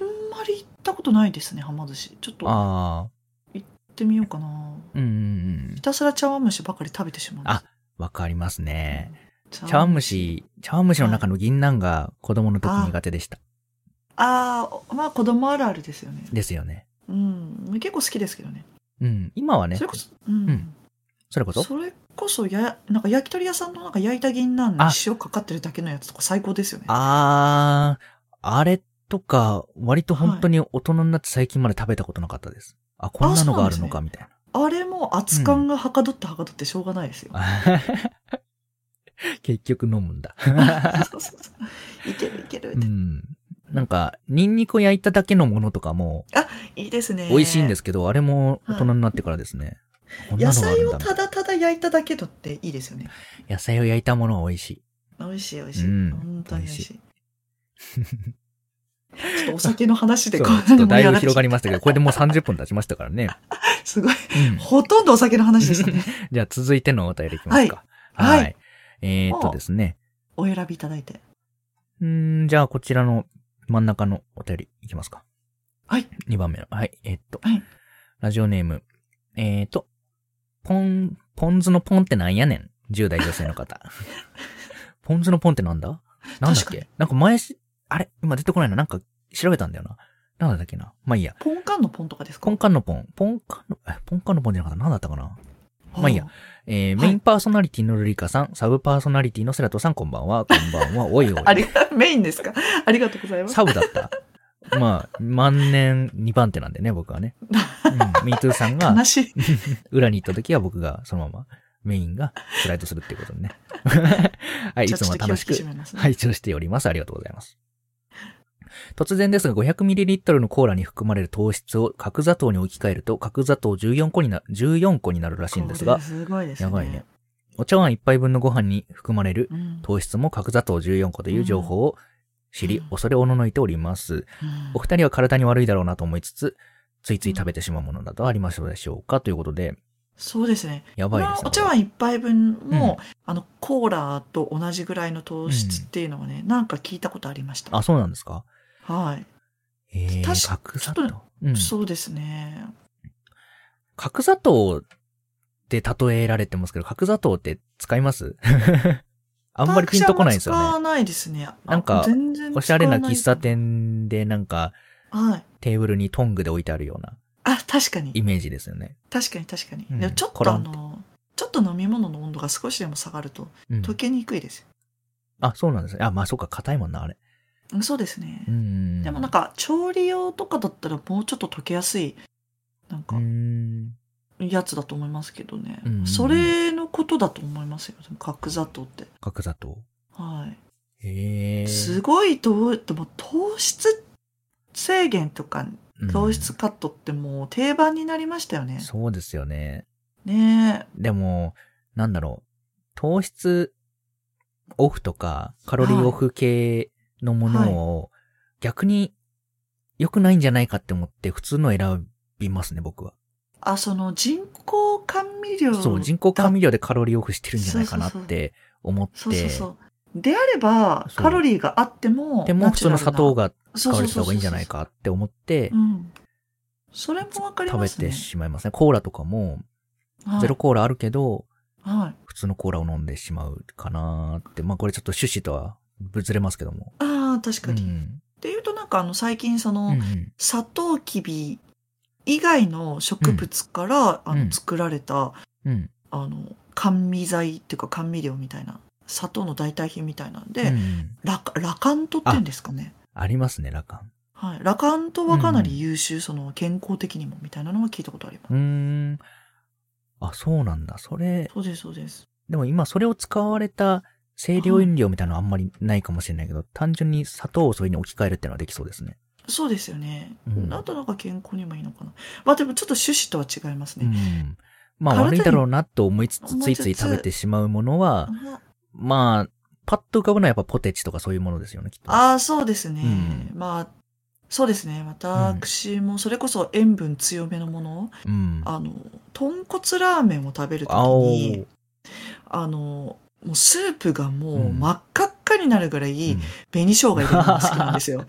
り行ったことないですね、はま寿司。ちょっと行っああ、てみようかな。うんうんうんひ。たすら茶碗蒸しばかり食べてしまうんです。あわかりますね。茶茶碗蒸。し、茶碗蒸しの中の銀杏が子供の時苦手でした。ああ、まあ子供あるあるですよね。ですよね。うん。結構好きですけどね。うん。今はね、そそれこそ、うん。うんれこそそれこそや、なんか焼き鳥屋さんのなんか焼いた銀杏にあ塩かかってるだけのやつとか最高ですよね。あー、あれとか、割と本当に大人になって最近まで食べたことなかったです。あ、こんなのがあるのか、みたいあれも熱感がはかどってはかどってしょうがないですよ。な。 結局飲むんだ。 そうそうそういけるいけるっうて、ん。なんか、ニンニクを焼いただけのものとかもいいですね。。美味しいんですすけど、あれも大人になってからですね。こんな野のがある菜んをだみたたいな。だただ焼いただけどっていいですよね。野菜を焼いたものは美味しい。美味しい美味しい。うん本当に美味しい。美 ちょっとお酒の話 でそうこちょっとだいぶ盛広が上りましたけど、これでもう30分経ちましたからね。がっちゃってすごい。うんほとんどお酒の話でしたね。じゃあ続いてのお便りいきますか。は いはい。えーっとですね。お選びいただいて。うーん、じゃあ、こちらの真ん中のお便りいきますか。はい。 2番目の。はい。えーっと。はいラジオネーム。えーっと、ポン、ポン酢のポンってなんやねん。10代女性の 方。ポン酢のポンってなんだなんだっ確かにけなんか前し、あれ今出てこないな。なんか調べたんだよな。なんだっけな。まあいいや。ポンカンのポンとかですかポンカンのポン。ポンカンの、えポンカンのポンじゃなかった。なんだったかなまあいいや。えーはいメインパーソナリティのルリカさん、サブパーソナリティのセラトさん、こんばんは。こんば んは。おいおい。ありが、メインですか ありがとうございます。サブだった。まあ、万年2番手なんでね、僕は ね。うん、ミートゥーさんが悲しい。裏に行った時は僕がそのままメインがスライドするっていうこと でね。はい、いじゃあつちょもっと気楽をし引くき締めます ね。拝聴しております。ありがとうございます。突然ですが、500ml のコーラに含まれる糖質を角砂糖に置き換えると、角砂糖14個にな、14個になるらしいんですがこれ、すごいですね。やばいね。お茶碗1杯分のご飯に含まれるうん。糖質も角砂糖14個という情報を知りうん、恐れおののいております。うんお二人は体に悪いだろうなと思いつつ、ついつい食べてしまうものなどありましたでしょうかということで、そうですね。やばいですまね。あお茶碗一杯分も、あの、コーラと同じぐらいの糖質っていうのはね、なんか聞いたことありました。あ、そうなんですかはい。えー、確角砂ちょっ糖。うん。そうですね。角砂糖で例えられてますけど、角砂糖って使います あんまりピンとこないんです私はよね。あんま使わないですね。あなんか全然おしゃれな喫茶使わ店でなんかない。はい。テーブルにトングで置いてあるようなあ、確かに。イメージですよね。確かに確かに。うんでもちょっコロンとあっての、ちょっと飲み物の温度が少しでも下がるとうん。溶けにくいです。あ、そうなんですね。あ、まあそうか、硬いもんな、あれ。うん、そうですねう。ん。でもなんか、か、調理用とかだったらもうちょっと溶けやすい、なんうか、ん。やつだと思いますけどね。うんうんうんそれのことだと思いますよ。角砂糖って。角砂糖。はい。へえ。すごいどう、でも糖質制限とかうん糖質カットってもう定番になりましたよね。そうですよね。ねでも、なんだろう。糖質オフとか、カロリーオフ系のものを、逆に良くないんじゃないかって思って、普通の選びますね、僕は。あ、その人工甘味料そう、人工甘味料でカロリーオフしてるんじゃないかなって思って、そうそうそう。であれば、そうカロリーがあっても、でも普通の砂糖がが使われてた方がいいんじゃない。かって思ってそうそうそうそう、うん。それもわかり食まべすね。てしまいますね。コーラとかも、はいゼロコーラあるけど、はい。普通のコーラを飲んでしまうかなーって。まあこれちょっと趣旨とはずれますけども。ああ、確かに。うっんていうとなんかあの最近そうの、んうんサトウキビ以外の植物から、んあうんの作られた、うん。あの甘味剤っていうか甘味料みたいな砂糖の代替品みたいなんで、うんラカラカントっていうんですかね。ありますね、ラカン。はい、ラカントはかなり優秀、その健康的にもみたいなのは聞いたことあります。うーん。あ、そうなんだ。それ、そうですそうです。でも今それを使われた清涼飲料みたいなのあんまりないかもしれないけど、単純に砂糖をそれに置き換えるっていうのはできそうですね。そうですよね。うんあとなんか健康にもいいのかな。まあでもちょっと趣旨とは違いますうね。ん。まあ体悪にいだろうなと思いつつ、思ついいつつつい食べてしまうものは、まあ、パッと浮かぶのはやっぱポテチとかそういうものですよね、きっと。ああ、そうですね。うまあ、そうですね。私もそれこそ塩分強めのもの、うん。あの、豚骨ラーメンを食べるときあおー、にあの、もうスープがもううん真っ赤っかになるぐらういん紅生姜入れるのが好きなんで すよ。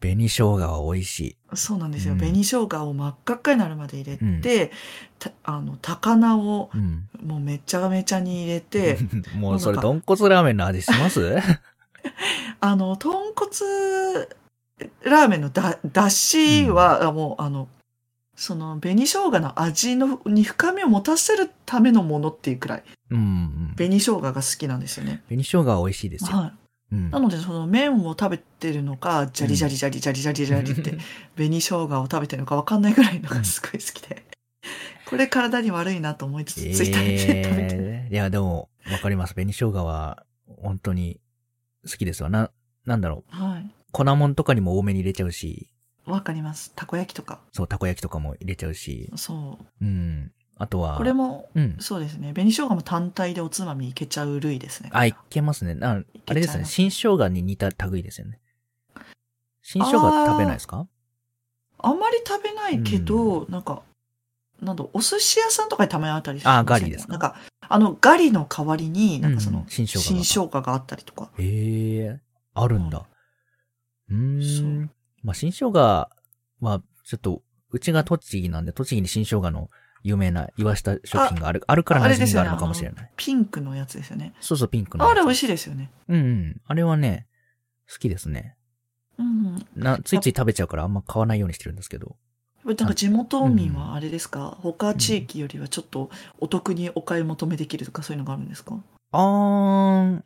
紅生姜は美味しい。そうなんですよ。うん紅生姜を真っ赤っかになるまで入れて、うんたあの、高菜をうん。もうめちゃめちゃに入れて、 もうそれ豚骨ラーメンの味します あの、豚骨ラーメンのだ、だしは、あもう、あの、その、紅生姜の味のに深みを持たせるためのものっていうくらい、うんうん。紅生姜が好きなんですよね。紅生姜は美味しいですよ。はい。うんな。ので、その麺を食べてるのか、ジャリジャリジャリジャリジャリジャ リって、紅生姜を食べてるのか分かんないぐらいのうがんすごい好きで。これ体に悪いなと思いつつ、つい食べて、食べて。えー、いや、でも、わかります。紅生姜は、本当に、好きですわ。な、なんだろはい。う。粉もんとかにも多めに入れちゃうし、わかります。たこ焼きとか。そう、たこ焼きとかも入れちゃうし、そう。うん。あとは、これも、うん。そうですね。紅生姜も単体でおつまみいけちゃう類ですね。あ、いけますね。な、あれですね。新生姜に似た類ですよね。新生姜食べないですかあんまり食べないけど、なんか、なんだ、お寿司屋さんとかにたまにあったりしませんあガリですかなんか、あの、ガリの代わりに、なんかその、うん新生姜が新生姜があったりとか。へえ、あるんだ。うそー。うんまあ、新生姜は、ちょっと、うちが栃木なんで、栃木に新生姜の有名な岩下食品がある、あるから馴染みがあるのかもしれない。ピンクのやつですよね。そうそう、ピンクの。あれ美味い。しいですよね。うんうん。あれはね、好きですね。うん。やっな、ついつい食べちゃうからあんま買わないようにしてるんですけど。ぱりなんか地元民はあれですか、他地域よりはちょっとお得にお買い求めできるとかそういうのがあるんですかあー、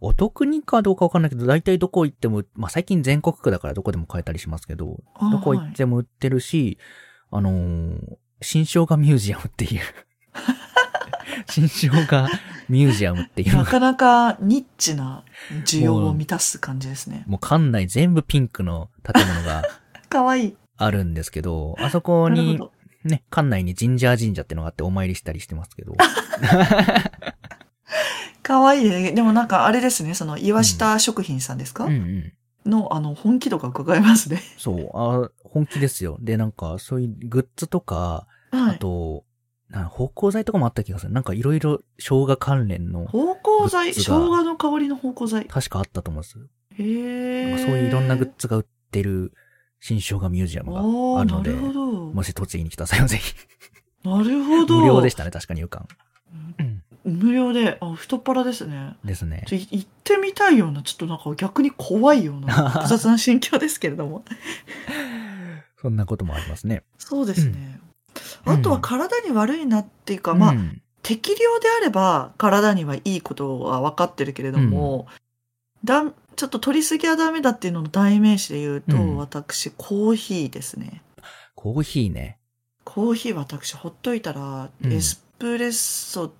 お得にかどうかわかんないけど、だいたいどこ行っても、まあ、最近全国区だからどこでも買えたりしますけど、どこ行あーはっいても売ってるし、あのー新生姜ミュージアムって いう。新生姜ミュージアムっていうのなが、かなかニッチな需要を満たす感じで すね。もう館内全部ピンクの建物がかわいい。あるんですけ ど、あそこなるほに、ど。ね、館内にジンジャー神社ってのがあってお参りしたりしてますけど、かわいいね。でもなんかあれですね、その岩下食品さんですか、うんうん。の、あの、本気度が伺えます ね。そう、あ本気ですよ。で、なんか、そういうグッズとか、はあい。と、な芳香剤とかもあった気がする。なんかいろいろ生姜関連の、芳香剤、グッ生ズが姜の香りの芳香剤。確かあったと思うんです。へなんかえ。そういういろんなグッズが売ってる新生姜ミュージアムおがあーるので、なるほもし栃木に来た際はぜひ。ど。なるほど。無料でしたね、確かに、うかん。無料で、あ、太っ腹ですね。ですね。ちょい行ってみたいような、ちょっとなんか逆に怖いよう な、複雑な心境ですけれども。そんなこともありますね。そうですね。うんあとは体に悪いなっていうか、うまあ、ん適量であれば体にはいいことは分かってるけれども、だちょっと取りすぎはダメだっていうのの代名詞で言うと、うん私コーヒーですねコーヒーね。コーヒー私ほっといたら、うんエスプレッソ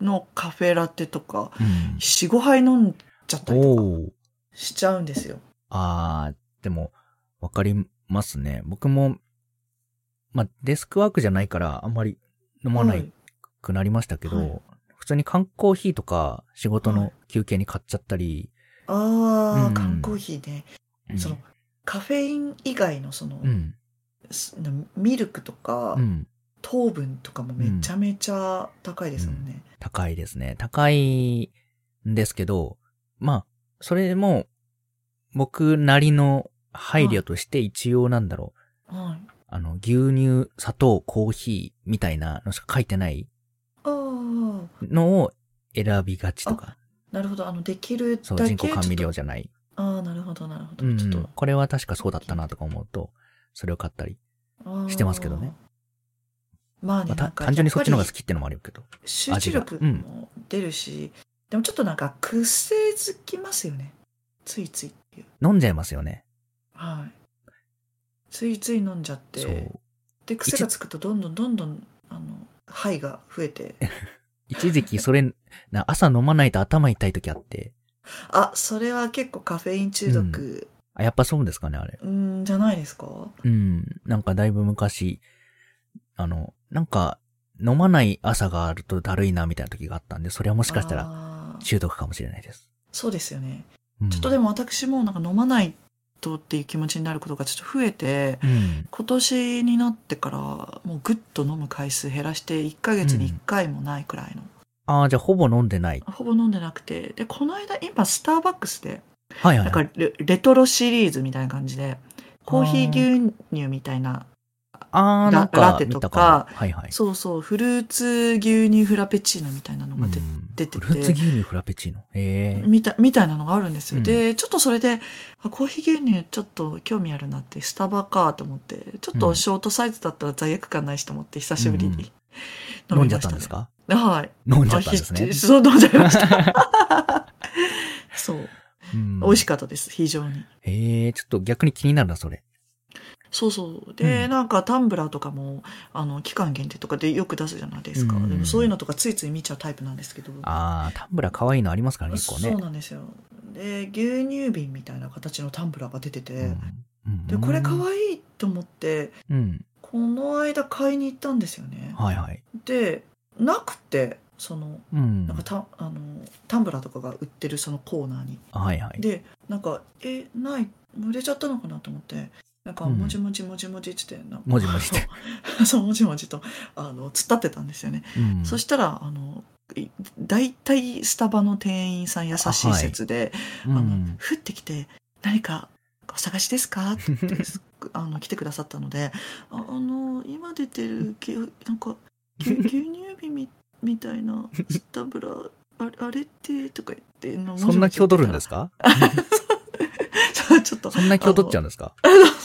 のカフェラテとかうん45杯飲んちゃったりとかおー。しちゃうんですよ。あー、でも、わかりますね。僕も、まあ、デスクワークじゃないから、あんまり飲まなはいくなりましたけど、はい普通に缶コーヒーとか仕事はのい休憩に買っちゃったり、ああ、うん缶コーヒーね。うんそのカフェイン以外のその、うん、すミルクとか、うん、糖分とかもめちゃめちゃ高いですもんね。高いですね。高いんですけど、まあ、それも、僕なりの配慮として一応なんだろう。はい。あの、牛乳、砂糖、コーヒーみたいなのしか書いてないああ、のを選びがちとか。なるほど。あの、できるだけそう、人工甘味ちょ料っとじゃない。ああ、なるほど、なるほど。うんうちょっん。これは確かそうだったなとか思うと、それを買ったり。と。してますけどねあー。まあね、まあ、なんたか単純にそっちの方が好やぱきってのもあるけど。り集中力味がうんも出るし、でもちょっとなんか癖づきますよね。ついついっていう。飲んじゃいますよね。はい。ついつい飲んじゃっそて、う。で、癖がつくとどんどんどんどん、あの、肺が増えて、一時期それ、な朝飲まないと頭痛い時あって。あ、それは結構カフェイン中毒、あ、やっぱそうですかね、あれ。うん、じゃないですかうん。なんかだいぶ昔、あの、なんか、飲まない朝があるとだるいなみたいな時があったんで、それはもしかしたらら中毒かもしれないです。そうですよね。うん、ちょっとでも私もなんか飲まないとっていう気持ちになることがちょっと増えて、うん。今年になってからもうぐっと飲む回数減らして1ヶ月に1回もないくらいの、ああ、じゃあほぼ飲んでない。ほぼ飲んでなくて、で、この間今スターバックスで、はいはいなんはかい。レレトロシリーズみたいな感じで、コーヒー牛乳みたいな、ああ、なんラかラテ見とかたかも。はいはい。そうそう、フルーツ牛乳フラペチーノみたいなのが出て出ててフルーツ牛乳フラペチーノ。ええみたみたいなのがあるんですよ。うんで、ちょっとそれで、あコーヒー牛乳ちょっと興味あるなって、スタバかと思って、ちょっうとんショートサイズだったら罪悪感ないしと思って、久しぶりうんに、飲んみじゃまっしたねんですかはい。飲んじゃったんですあねひ。そう、飲んじゃいました。そう。美味しかかったです、非常に。ええちょっと逆に気になるな、それ。そうそう。で、うんなんかタンブラーとかも、あの、期間限定とかでよく出すじゃないですか。うんうんうんでもそういうのとかついつい見ちゃうタイプなんですけど。ああ、タンブラー可愛いのありますからね、一個ね。そうなんですよ。で、牛乳瓶みたいな形のタンブラーが出てて、うんでこれ可い愛いと思ってい。うん。この間買いに行ったんですよねはいはい。でなくてそのうん。なんかたあのタンブラーとかが売ってるそのコーナーにはいはい。でなんかえない売れちゃったのかなと思ってなんかうんもじもじもじもじってなんかもじもじって そうもじもじとあの突っ立ってたんですよね、うんそしたらあのい大体スタバの店員さん優しい説でうあのん、降ってきて何かお探しですかって言ってす あの来てくださったのでああの今出てるぎゅなんかぎゅ 牛乳瓶みみたいなスタブラあれあれってとか言ってそんな気を取るんですかか ちょっとそんな気を取っちゃうんですか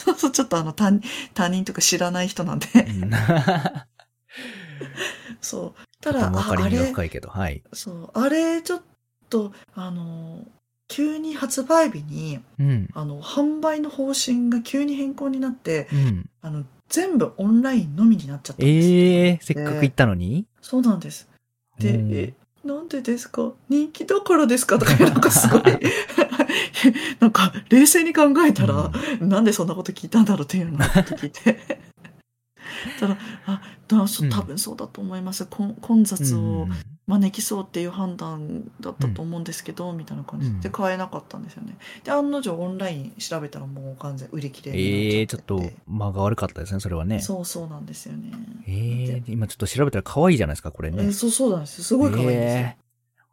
そうそうちょっとあの他人他人とか知らない人なんでうんとそうたてだも分かありあみがれ深いけど、はい。そうあれちょっとあの急に発売日にうん。あの販売の方針が急に変更になってうん。あの、全部オンラインのみになっちゃったんです。ええせっかく行ったのに、そうなんです。で、うんえ、なんでですか人気だからですかとか、 なんかすごい、 なんか冷静に考えたら、なんでそんなこと聞いたんだろうっていうようなこと聞 いて。ただ、あ、だそう多分そうだと思います。混混雑うんを招きそうっていう判断だったと思うんですけど、みたいな感じうんで買えなかったんですよね。で、案の定オンライン調べたらもう完全売り切れになっちゃってて。ええちょっと間が悪かったですね、それはね。そうそうなんですよね。ええで今ちょっと調べたら可愛いじゃないですか、これえね。ーそうそうなんですよすごい可愛いんですよ、え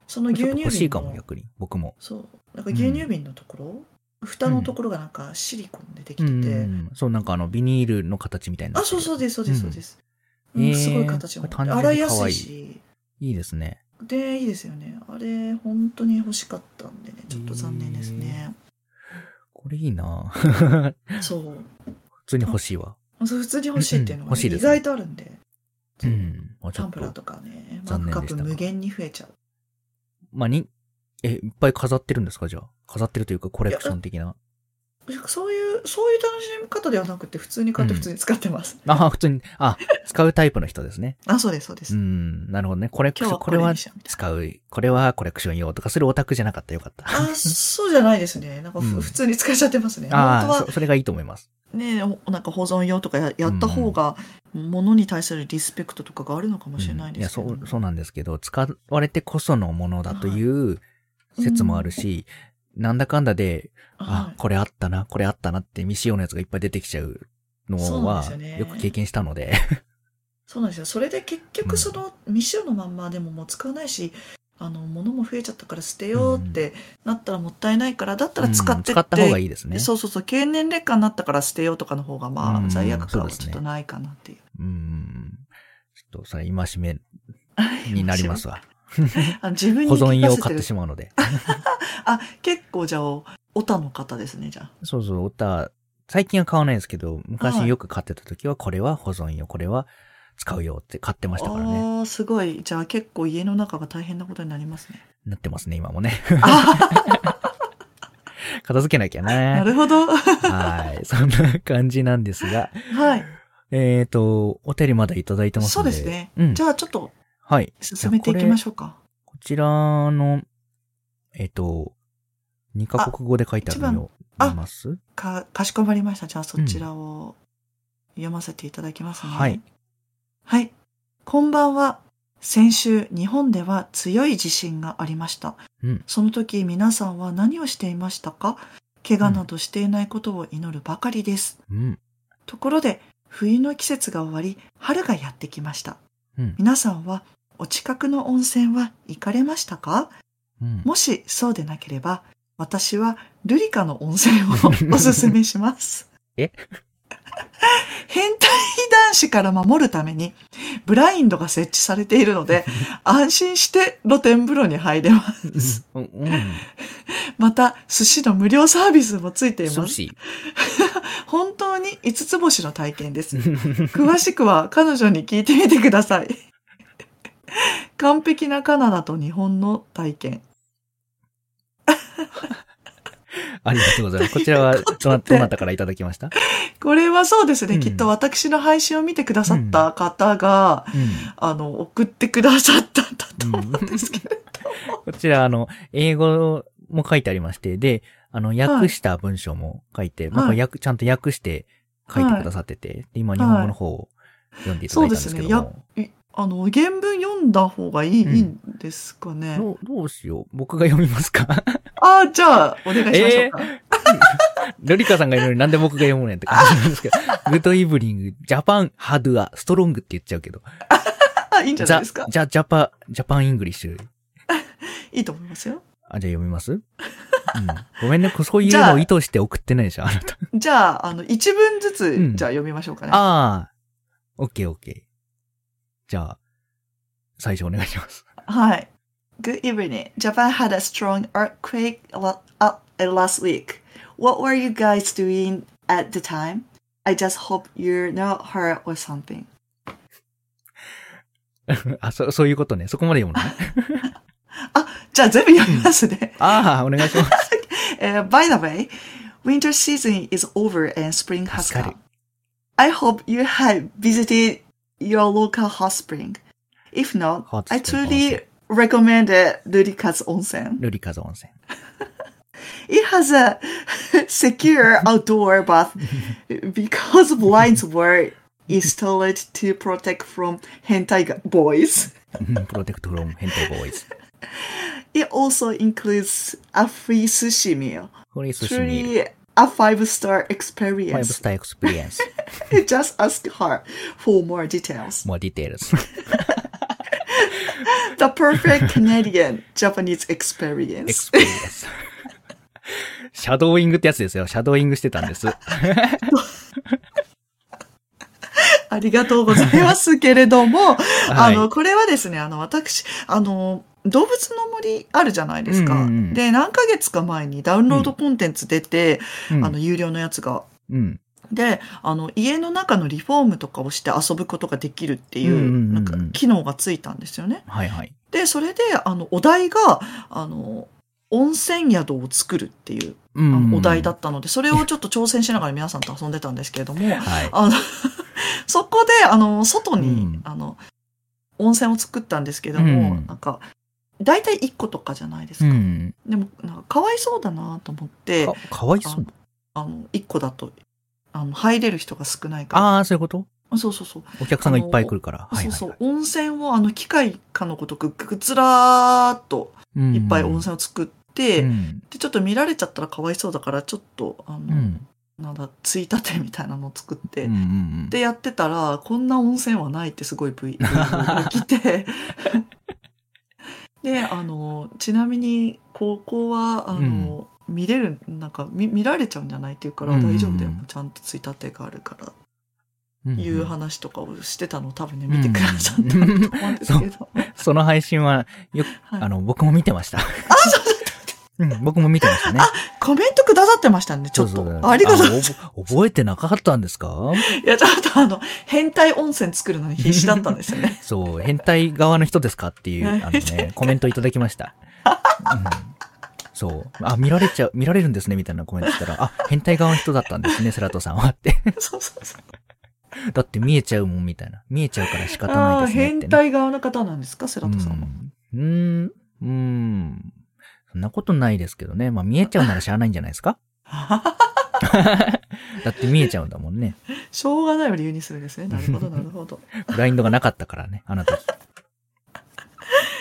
そのえ牛ちょっ乳と瓶欲しいかも、の逆に。僕も。そうなんか牛乳瓶のところ、蓋のところがなんかシリコンでできてて、うんそう、なんかあの、ビニールの形みたいにな。あそうそううですそうですそうです、うんうんえーすごい形もこれ単純に洗いやすいしいいですね。でいいですよねあれ本当に欲しかったんでねちょっと残念ですね、これいいな そう普通に欲しいわ。そう普通に欲しいっていうのうんうんが欲しいね、で意すね外とあるんで、うそうタん。まあちょンっプラーと。とかね残マグ念カでッしたプが無限に増えちゃうまあ、に、え、いっぱい飾ってるんですか、じゃあ。飾ってるというか、コレクション的な。そういう、そういう楽しみ方ではなくて、普通に買ってうん普通に使ってます。あ、普通に、あ、使うタイプの人ですね。あ、そうです、 そうでうす。ん、なるほどね。これ、今日はここれれはにしようみたい使う、これはコレクション用とかするオタクじゃなかった。よかった。な。あ、そうじゃないですね。なんかふ、うん普通に使っちゃってますね。本当ああはそ、それがいいと思います。ね、ほなんか保存用とかややった方が、ものに対するリスペクトとかがあるのかもしれないうんいでや、すけそど、う、そうなんですけど、使われてこそのものだという説もあるし、なんだかんだで、はあ、これあったな、これあったなって未使用のやつがいっぱい出てきちゃうのそうなんはですよ、ねよく経験したので。そうなんですよ。それで結局その未使用のまんまでももう使わないし、あの、物も増えちゃったから捨てようってなったらもったいないから、だったら使ってっうて、ん使った方がいいですね。そうそうそう、経年劣化になったから捨てようとかの方が、まうあ、ん罪悪感そうはですねちょっとないかなっていう。うん。ちょっと、それ、戒め になりますわ。あの。自分に保存用を買聞ってかせしまうの で。るあ、結構じゃあ、オタの方ですね、じゃあ。そうそう、歌、最近は買わないですけど、は昔いよく買ってた時は、これは保存用、これは使うよって買ってましたからね。ああ、すごい。じゃあ結構家の中が大変なことになりますね。なってますね、今もね。あ 片付けなきゃあ、 なね。るほど。ははい。そんな感じなんですが、い。えっ、と、お便りまだいただいてますそのうで。ですね。うんじ。ゃあちょっとはい。進めていきましょうか。こちらの、えっ、と、2カ国語で書いてあるのをあ見ますか、かしこまりました。じゃあそちらを読ませていただきますね。はい。はい。こんばんは。先週、日本では強い地震がありました。うんその時、皆さんは何をしていましたか怪我などしていないことを祈るばかりです。うん。ところで、冬の季節が終わり、春がやってきました。うん。皆さんは、お近くの温泉は行かれましたかうん。もしそうでなければ、私はルリカの温泉をおすすめします。え変態男子から守るために、ブラインドが設置されているので、安心して露天風呂に入れます。うん。うん。また、寿司の無料サービスもついてい寿ます。司。本当に5つ星の体験です。詳しくは彼女に聞いてみてください。完璧なカナダと日本の体験。ありがとうございます。こちらはどな、とでどなたからいただきましたこれはそうですね、うんきっと私の配信を見てくださった方が、あの、送ってくださったんだと思うんですけど。こちら、あの、英語も書いてありまして、で、あの、訳した文章も書いて、まあこれ訳、ちゃんと訳して書いてくださってて、で今、日本語の方を読んでいただいたんですけども。そうい あの、原文読んだ方がいい,、うんいいんですかね。どうどうしよう僕が読みますかああ、じゃあ、お願いしましょうか。ルリカさんがいるのになんで僕が読むねんって感じなんですけど。グッドイブリング、ジャパン、ハドゥア、ストロングって言っちゃうけど。あいいんじゃないですか。ザ、ジャパ、ジャパンイングリッシュ。いいと思いますよ。あ、じゃあ読みます、うん、ごめんね、こそういうのを意図して送ってないでしょ、あなた。じゃあ、あの、一文ずつ、んじゃあ読みましょうかね。ああ。オッケーオッケー。じゃあ、最初お願いします。 はい。Good evening. Japan had a strong earthquake la- uh, last week. What were you guys doing at the time? I just hope you're not hurt or something. あ、そ、そういうことね。そこまで読むの ね。じゃあ全部読みますね。 ああ、お願いします。 Uh, by the way, winter season is over and spring has 助かる。 come. I hope you have visited your local hot spring. If not, Hot I spring truly onsen. recommend uh, Rurika's Onsen. ルリカズ温泉。 It has a secure outdoor bath because blinds were installed to protect from hentai g- boys. うんプロテクトフロム変態ボーイズ。 It also includes a free sushi meal. フリースシミール。 Truly a five star ファイブ experience. スターエクスペリエンス。 Just ask her for more details. モアディテールズ。 The perfect Canadian Japanese エク experience. スペリエンス。シャドーイングってやつですよ。シャドーイングしてたんです。ありがとうございますけれども、あ はの、これはですね、あの、私、あの、動物の森あるじゃないですか。うんうんうんで、何ヶ月か前にダウンロードコンテンツ出て、い。うんあの、有料のやつが。うん。で、あの、家の中のリフォームとかをして遊ぶことができるっていうう、んうんうんうなんんか、機能がついたんですよね。はいはい。で、それで、あの、お題が、あの、温泉宿を作るっていううあん。のお題だったので、それをちょっと挑戦しながら皆さんと遊んでたんですけれども、はい。あの、 そこで、あの、外に、うんあの、温泉を作ったんですけども、うんなんか、大体1個とかじゃないですうか。ん。でも、なんか、かわいそうだなと思って、かかわいそう。あの、1個だと、あの、入れる人が少ないから。ああ、そういうことそうそうそう。お客さんがいっぱい来るから。はいはいそうはいそう。温泉を、あの、機械かのごとく、ぐずらーっと、うんいっぱい温泉を作って、うんで、ちょっと見られちゃったらかわいそうだから、ちょっと、あの、うん。なんだ、ついたてみたいなのを作って、うんうんうんでやってたら、こんな温泉はないってすごい V が来て。 で、あの、ちなみに、高校は、あの、見れる、なんか見、見られちゃうんじゃないっていうから、うんうんうん大丈夫だよ。ちゃんとついたてがあるから、うんいう話とかをしてたのを多分ね、見てくださったうんうんと思うんですけど。その配信は、よく、はいあの、僕も見てました。あ、そううん、僕も見てましたね。コメントくださってましたね、ちょっそうそうと。ありがとう。おぼ覚えてなかったんですかいや、ちょっとあの、変態温泉作るのに必死だったんで すよね。そう、変態側の人ですかっていう、あのね、コメントいただきました。うんそう。あ、見られちゃう、見られるんですね、みたいなコメントしたら、あ、変態側の人だったんですね、セラトさんはって。そうそうそう。だって見えちゃうもん、みたいな。見えちゃうから仕方あないあ、ですね、っ変て、ね。態側の方なんですか、セラトさんは。うん。うん、うん。そんなことないですけどね。まあ、見えちゃうならしゃあないんじゃないですかだって見えちゃうんだもんね。しょうがないを理由にする んですね。なるほど、なるほど。ブラインドがなかったからね、あなた。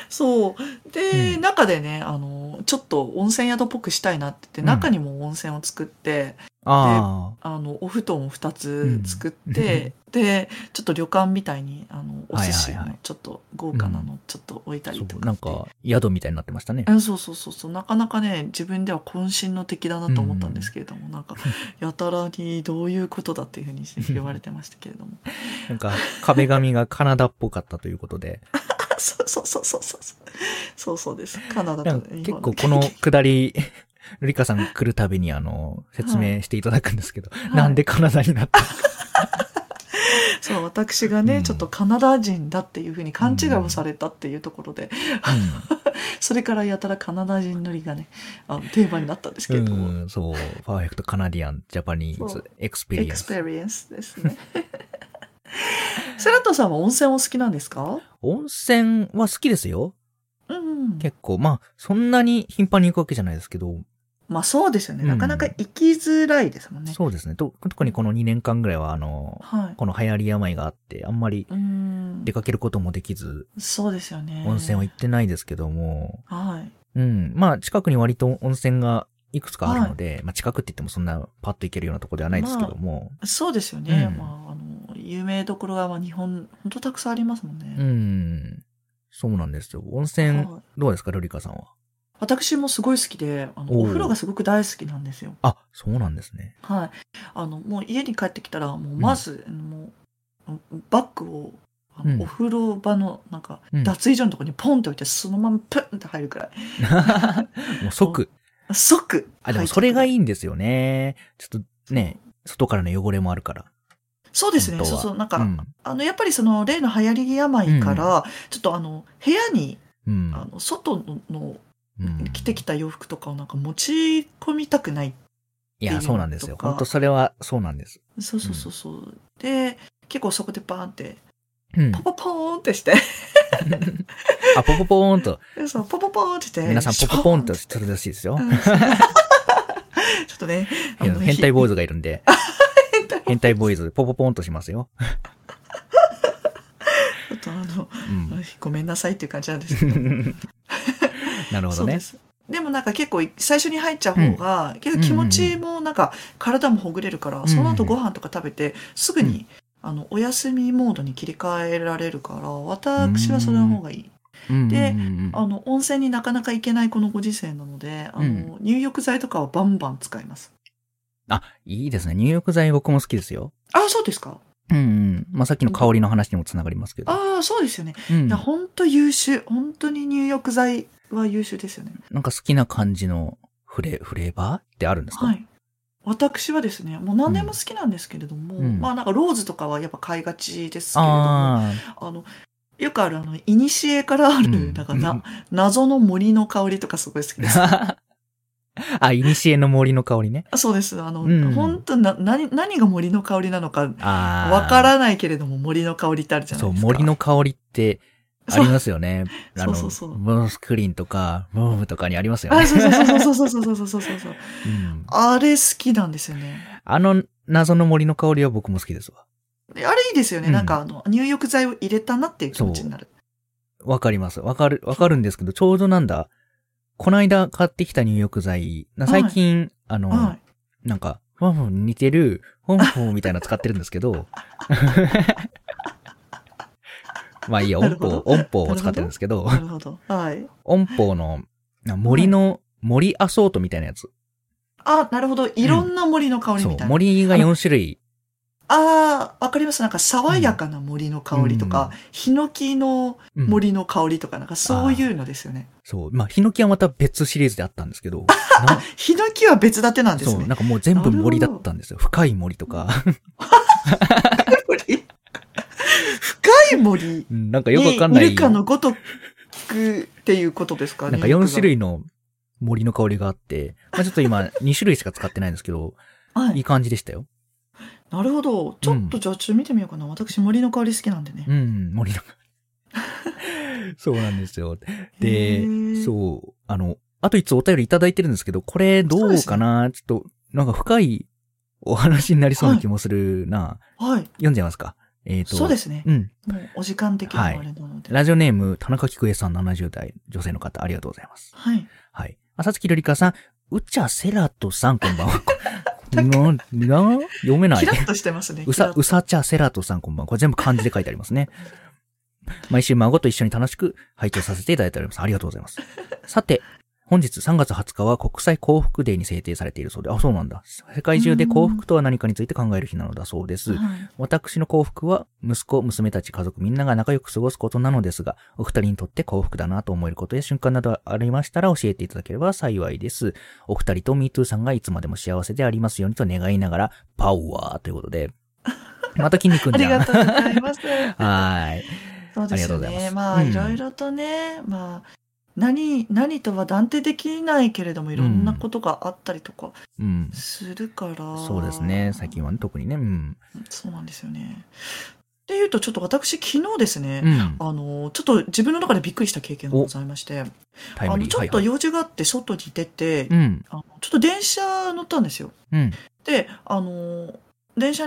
そう。で、うん中でね、あの、ちょっと温泉宿っぽくしたいなって言って、うん中にも温泉を作って、ああの、お布団を2つ 作って、で、ちょっと旅館みたいに、あの、お寿司はいはいはのいちょっと豪華なのちょっと置いあ、たりそとう、かなっんて。か、宿みたいになってましたね。うんそうそうそうそう。なかなかね、自分では渾身の敵だなと思ったんですけれど も、なんか、やたらにどういうことだっていうふうに言われてましたけれども。なんか、壁紙がカナダっぽかったということで。 そうそうそうそうそう。そうそうです。カナダなんとか日結本構このくだり、ルリカさん来るたびにあの、説明していただくんですけど、いなんでカナダにな ったのか そう、私がね、うんちょっとカナダ人だっていうふうに勘違いをされたっていうところで、それからやたらカナダ人のりがね、あのテーマになったんですけうれんども、うんそう、パーフェクトカナディアン、ジャパニーそズう、エクスペエリエンクスス。ペリエンスですね。 セラトさんは温泉お好きなんですか温泉は好きですよ。うん。結構、まあ、そんなに頻繁に行くわけじゃないですけど、まあそうですよね。うんなかなか行きづらいですもんね。そうですね。と特にこの2年間ぐらいは、あの、はい。この流行り病があって、あんまりうん出。かけることもできず、そうですよね。温泉は行ってないですけども、はい。うん。まあ、近くに割と温泉がいくつかあるので、まあ、近くって言ってもそんなパッと行けるようなとこではないですけども、そうですよね。うんまあ、あの、有名どころが、まあ、日本、本当たくさんありますもんうね。ん。そうなんですよ。温泉、はいどうですか、ルリカさんは。私もすごい好きで、あのおうお風呂がすごく大好きなんですよ。あ、そうなんですね。はい。あの、もう家に帰ってきたら、もうまず、もう、バッグを、あのうんお風呂場の、なんか、うん脱衣所のとこにポンって置いて、そのままプンって入るくらい。 もう即。即あ、でもそれがい。いいんですよね。ちょっとね、外からの汚れもあるから。そうですね。本当そうはそう。なんか、うん。あの、やっぱりその、例の流行り病から、ちょっとあの、部屋に、うんあの、外ののうん。着てきた洋服とかをなんか持ち込みたくないいや、そうなんですよ。とか本当それは、そうなんです。そうそうそうそう。で、結構そこでバーンって、 うん。ポポポーンってして、あ、ポポポーンと。そうポポポーンってして、皆さん、ポポポーンとするらしいですよう。んちょっとね、あいやの変態ひボーイズがいるん で。 変態ボーイズ、ポポポーンとしますよ。ちょっとあの、 うん。ごめんなさいっていう感じなん ですけど。なるほそどうでね。す。でもなんか結構最初に入っちゃう方が、結構気持ちもなんか体もほぐれるから、んうんその後ご飯とか食べて、すぐに、あの、お休みモードに切り替えられるから、私はそれの方がいい。でうんうんうんあの、温泉になかなか行けないこのご時世なので、あの、うん入浴剤とかはバンバン使います。あ、いいですね。入浴剤僕も好きですよ。あ、そうですかうんうん。まあ、さっきの香りの話にもつながりますけど。ああ、そうですよね。うんいや、な本当優秀。本当に入浴剤は優秀ですよね。んか好きな感じのフレ、フレーバーってあるんですかはい。私はですね、もう何でも好きなんですけれども、うんまあなんかローズとかはやっぱ買いがちですけれども、あああ、の、よくある、あの、いにしえからある、うんだからな、謎の森の香りとかすごい好き です。あ、いにしえの森の香りね。あそうです。あの、うん本当な、何、何が森の香りなのか、ああ。わからないけれども森の香りってあるじゃないそう、ですか。森の香りって、ありますよね。そうあの、そうそうそうブームスクリーンとか、ブームとかにありますよあ、ね。そうそうそうそうそうそうそうそうそう。うんあれ好きなんですよね。あの、謎の森の香りは僕も好きですわ。であれいいですよね。うんなんかあの、入浴剤を入れたなっていう気持ちになる。わかります。わかる、わかるんですけど、ちょうどなんだ、こないだ買ってきた入浴剤、なはい最近、あの、はい。なんか、フォンフォン似てる、フォンフォンみたいなの使ってるんですけど、 まあいいや、な音るほど符、音符を使ってるんですけど、なるほど。はい。音符のな森の、森アソートみたいなやつ。あ、なるほど。いろんな森の香りそみたう、いな。森が4種類。ああ、わかります。なんか爽やかな森の香りとうんか、ヒノキのうん森の香りとか、なんかそういうのですよね。そう。まあ、ヒノキはまた別シリーズであったんです けど、なヒノキは別立てなんですそう、ね。なんかもう全部森だったんですよ。深い森とか、 森深い森うんなんかよくわにかんなイい。ルカのごとくっていうことですかね。なんか4種類の森の香りがあって、まあ、ちょっと今2種類しか使ってないんですけど、はいいい感じでしたよ。なるほど。ちょっとじゃあちょっと見てみようかな。私森の香り好きなんでね。うん、森の香 り。そうなんですよ。へで、ーそう、あの、あといつお便りいただいてるんですけど、これどうかなちょっと、なんか深いお話になりそうな気もするな。はい。読んじゃいますか。えっ、と、そうですね。うん。もうお時間的にもあれなので。ラジオネーム、田中菊江さん70代、女性の方、ありがとうございます。はい。はい。あさつきりかさん、うちゃセラトさん、こんばん は。な、な、読めないキラ。ッとしてますね。うキラさッ、とうさちゃセラトさん、こんばんは。これ全部漢字で書いてありますね。 毎週孫と一緒に楽しく拝聴させていただいております。ありがとうございます。さて、本日3月20日は国際幸福デーに制定されているそうで、あ、そうなんだ。世界中で幸福とは何かについて考える日なのだそうです。はい私の幸福は、息子、娘たち、家族みんなが仲良く過ごすことなのですが、お二人にとって幸福だなと思えることや瞬間などありましたら教えていただければ幸いです。お二人と MeToo さんがいつまでも幸せでありますようにと願いながら、パワーということで。また筋肉 あじりゃん。がとうございます。 はーい。そうですありがとようございまね。すまあ、うんいろいろとね、まあ、何、何とは断定できないけれども、いろんなことがあったりとかうん。するから。そうですね。最近はね、特にね。うん。そうなんですよね。っていうと、ちょっと私、昨日ですね、うん。あの、ちょっと自分の中でびっくりした経験がございまして、タイあムの、リー。ちょっはといはい用事があって外に出て、うん。あのちょっと電車乗ったんですよ。うん。で、あの、電車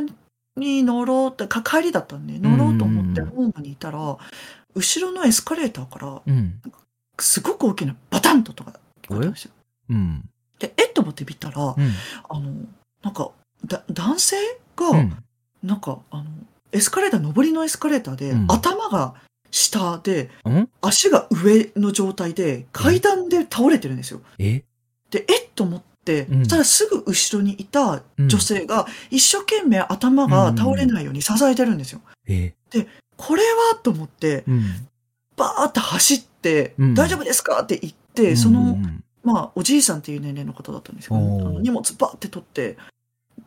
に乗ろうって、か帰りだったんで、乗ろうと思ってうんホームにいたら、後ろのエスカレーターから、うん。すごく大きなバタンと音が聞こえたんですよ。うん。で、えっと思って見たら、うん。あの、なんか、だ男性が、うん。なんか、あの、エスカレーター、上りのエスカレーターで、うん頭が下で、うん足が上の状態で、階段で倒れてるんですよ。えで、えっと思って、うんそしたらすぐ後ろにいた女性が、一生懸命頭が倒れないように支えてるんですよ。えこれはと思って、うん。バーって走って、うん大丈夫ですかって言って、その、うんまあ、おじいさんっていう年齢の方だったんですけど、おーあの荷物バーって取って、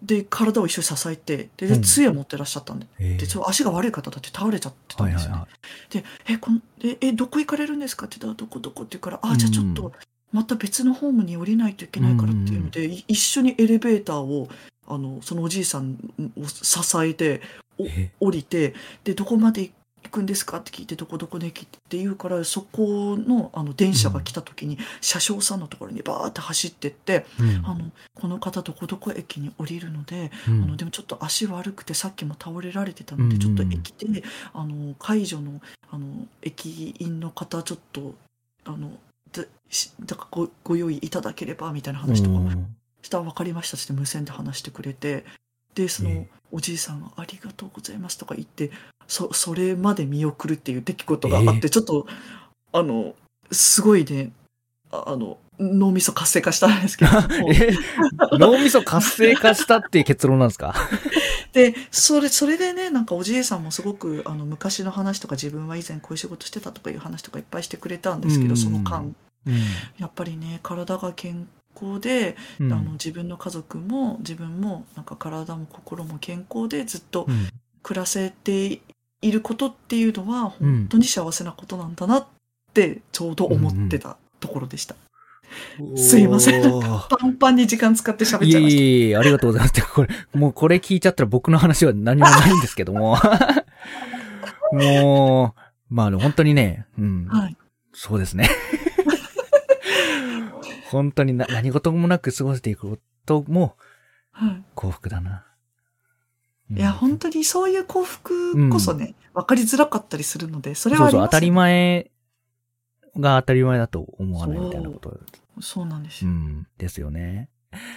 で、体を一緒に支えて、で、うでん杖持ってらっしゃったんで、えで、ちょ足が悪い方だって倒れちゃってたはんいはでいすよね。はで、え、こんでえ、どこ行かれるんですかって言ったら、どこどこって言うから、うあ、んじゃあちょっと、また別のホームに降りないといけないからっていうので、い一緒にエレベーターを、あの、そのおじいさんを支えて、い。え降りて、で、どこまで行くんですかって聞いて、どこどこで駅って言うから、そこの、あの、電車が来た時に、車掌さんのところにバーって走ってって、うんあの、この方どこどこ駅に降りるので、うあのんでもちょっと足悪くてさっきも倒れられてたので、うんちょっと駅であの介助のあの駅員の方ちょっとあのだしだからごご用意いただければみたいな話とかうんしたら分かりましたっつって無線で話してくれてでそえのおじいさんが「ありがとうございます」とか言ってそそれまで見送るっていう出来事があって、ちょっとあのすごいねああの脳みそ活性化したんですけどえ、脳みそ活性化したっていう結論なんですかで、それ、それでね、なんかおじいさんもすごく、あの、昔の話とか自分は以前こういう仕事してたとかいう話とかいっぱいしてくれたんですけうど、んその間、うんやっぱりね、体が健康で、うあの、ん自分の家族も、自分も、なんか体も心も健康でずっとうん暮らせていることっていうのは本当に幸せなことなんだなってちょうど思ってたところでした。すいませんおーパンパンに時間使って喋っいちゃえいました。いえいえ、ありがとうございます。 これ、もうこれ聞いちゃったら僕の話は何もないんですけども。 もう、まあでも本当にね、うん、はい。そうですね。 本当にな何事もなく過ごしていくこともはい幸福だな。うんいや、本当にそういう幸福こそね、わ、かりづらかったりするので、それはそうありそう、ま当すたり前が当たり前だと思わないみたいなこと。そうなんですうよ。ん、ですよね。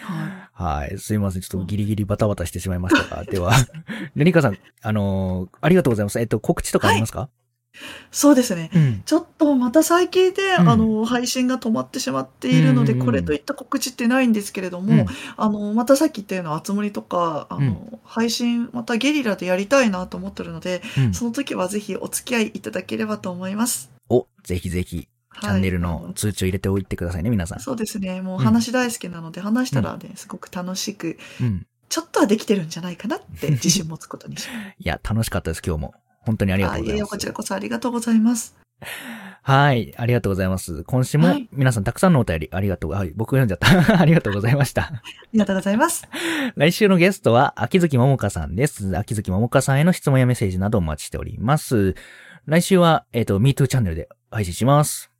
ははい。すいません。ちょっとギリギリバタバタしてしまいましたが。では、 レニカさん、あのーありがとうございます。えっと、告知とかありますか、い。そうですね。うん。ちょっとまた最近で、うんあの、配信が止まってしまっているので、うんうんうんこれといった告知ってないんですけれども、うんあの、またさっき言ったようなあつ森とか、あの、配信、またゲリラでやりたいなと思ってるので、うんその時はぜひお付き合いいただければと思います。お、ぜひぜひ、はいチャンネルの通知を入れておいてくださいね、皆さん。そうですね。もううん話大好きなので、話したらね、すごく楽しく、うん。ちょっとはできてるんじゃないかなって自信持つことにします。いや、楽しかったです、今日も。本当にありがとうござあいええまこちすら。こそありがとうございます。はい、ありがとうございます。今週もはい皆さんたくさんのお便りありがとう。はい、僕読んじゃった。あ りがとうございました。ありがとうございます。来週のゲストは、秋月桃香さんです。秋月桃香さんへの質問やメッセージなどお待ちしております。来週は、えっ、と、MeToo チャンネルで配信します。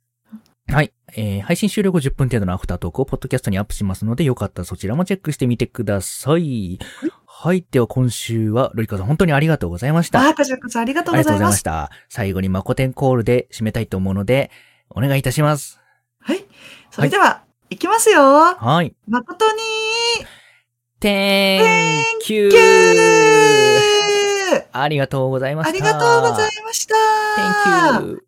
はい。えー、配信終了後10分程度のアフタートークをポッドキャストにアップしますので、よかったらそちらもチェックしてみてください。はい。では今週は、ロリカさん本当にありがとうございました。あこちらこそありがとうあごりがとうござざいいまましす。た。最後にマコテンコールで締めたいと思うので、お願いいたします。はい。それでは、い、きますよ。はい。誠にテンキュキューーありがとうございまあした。りがとうございました。 Thank you.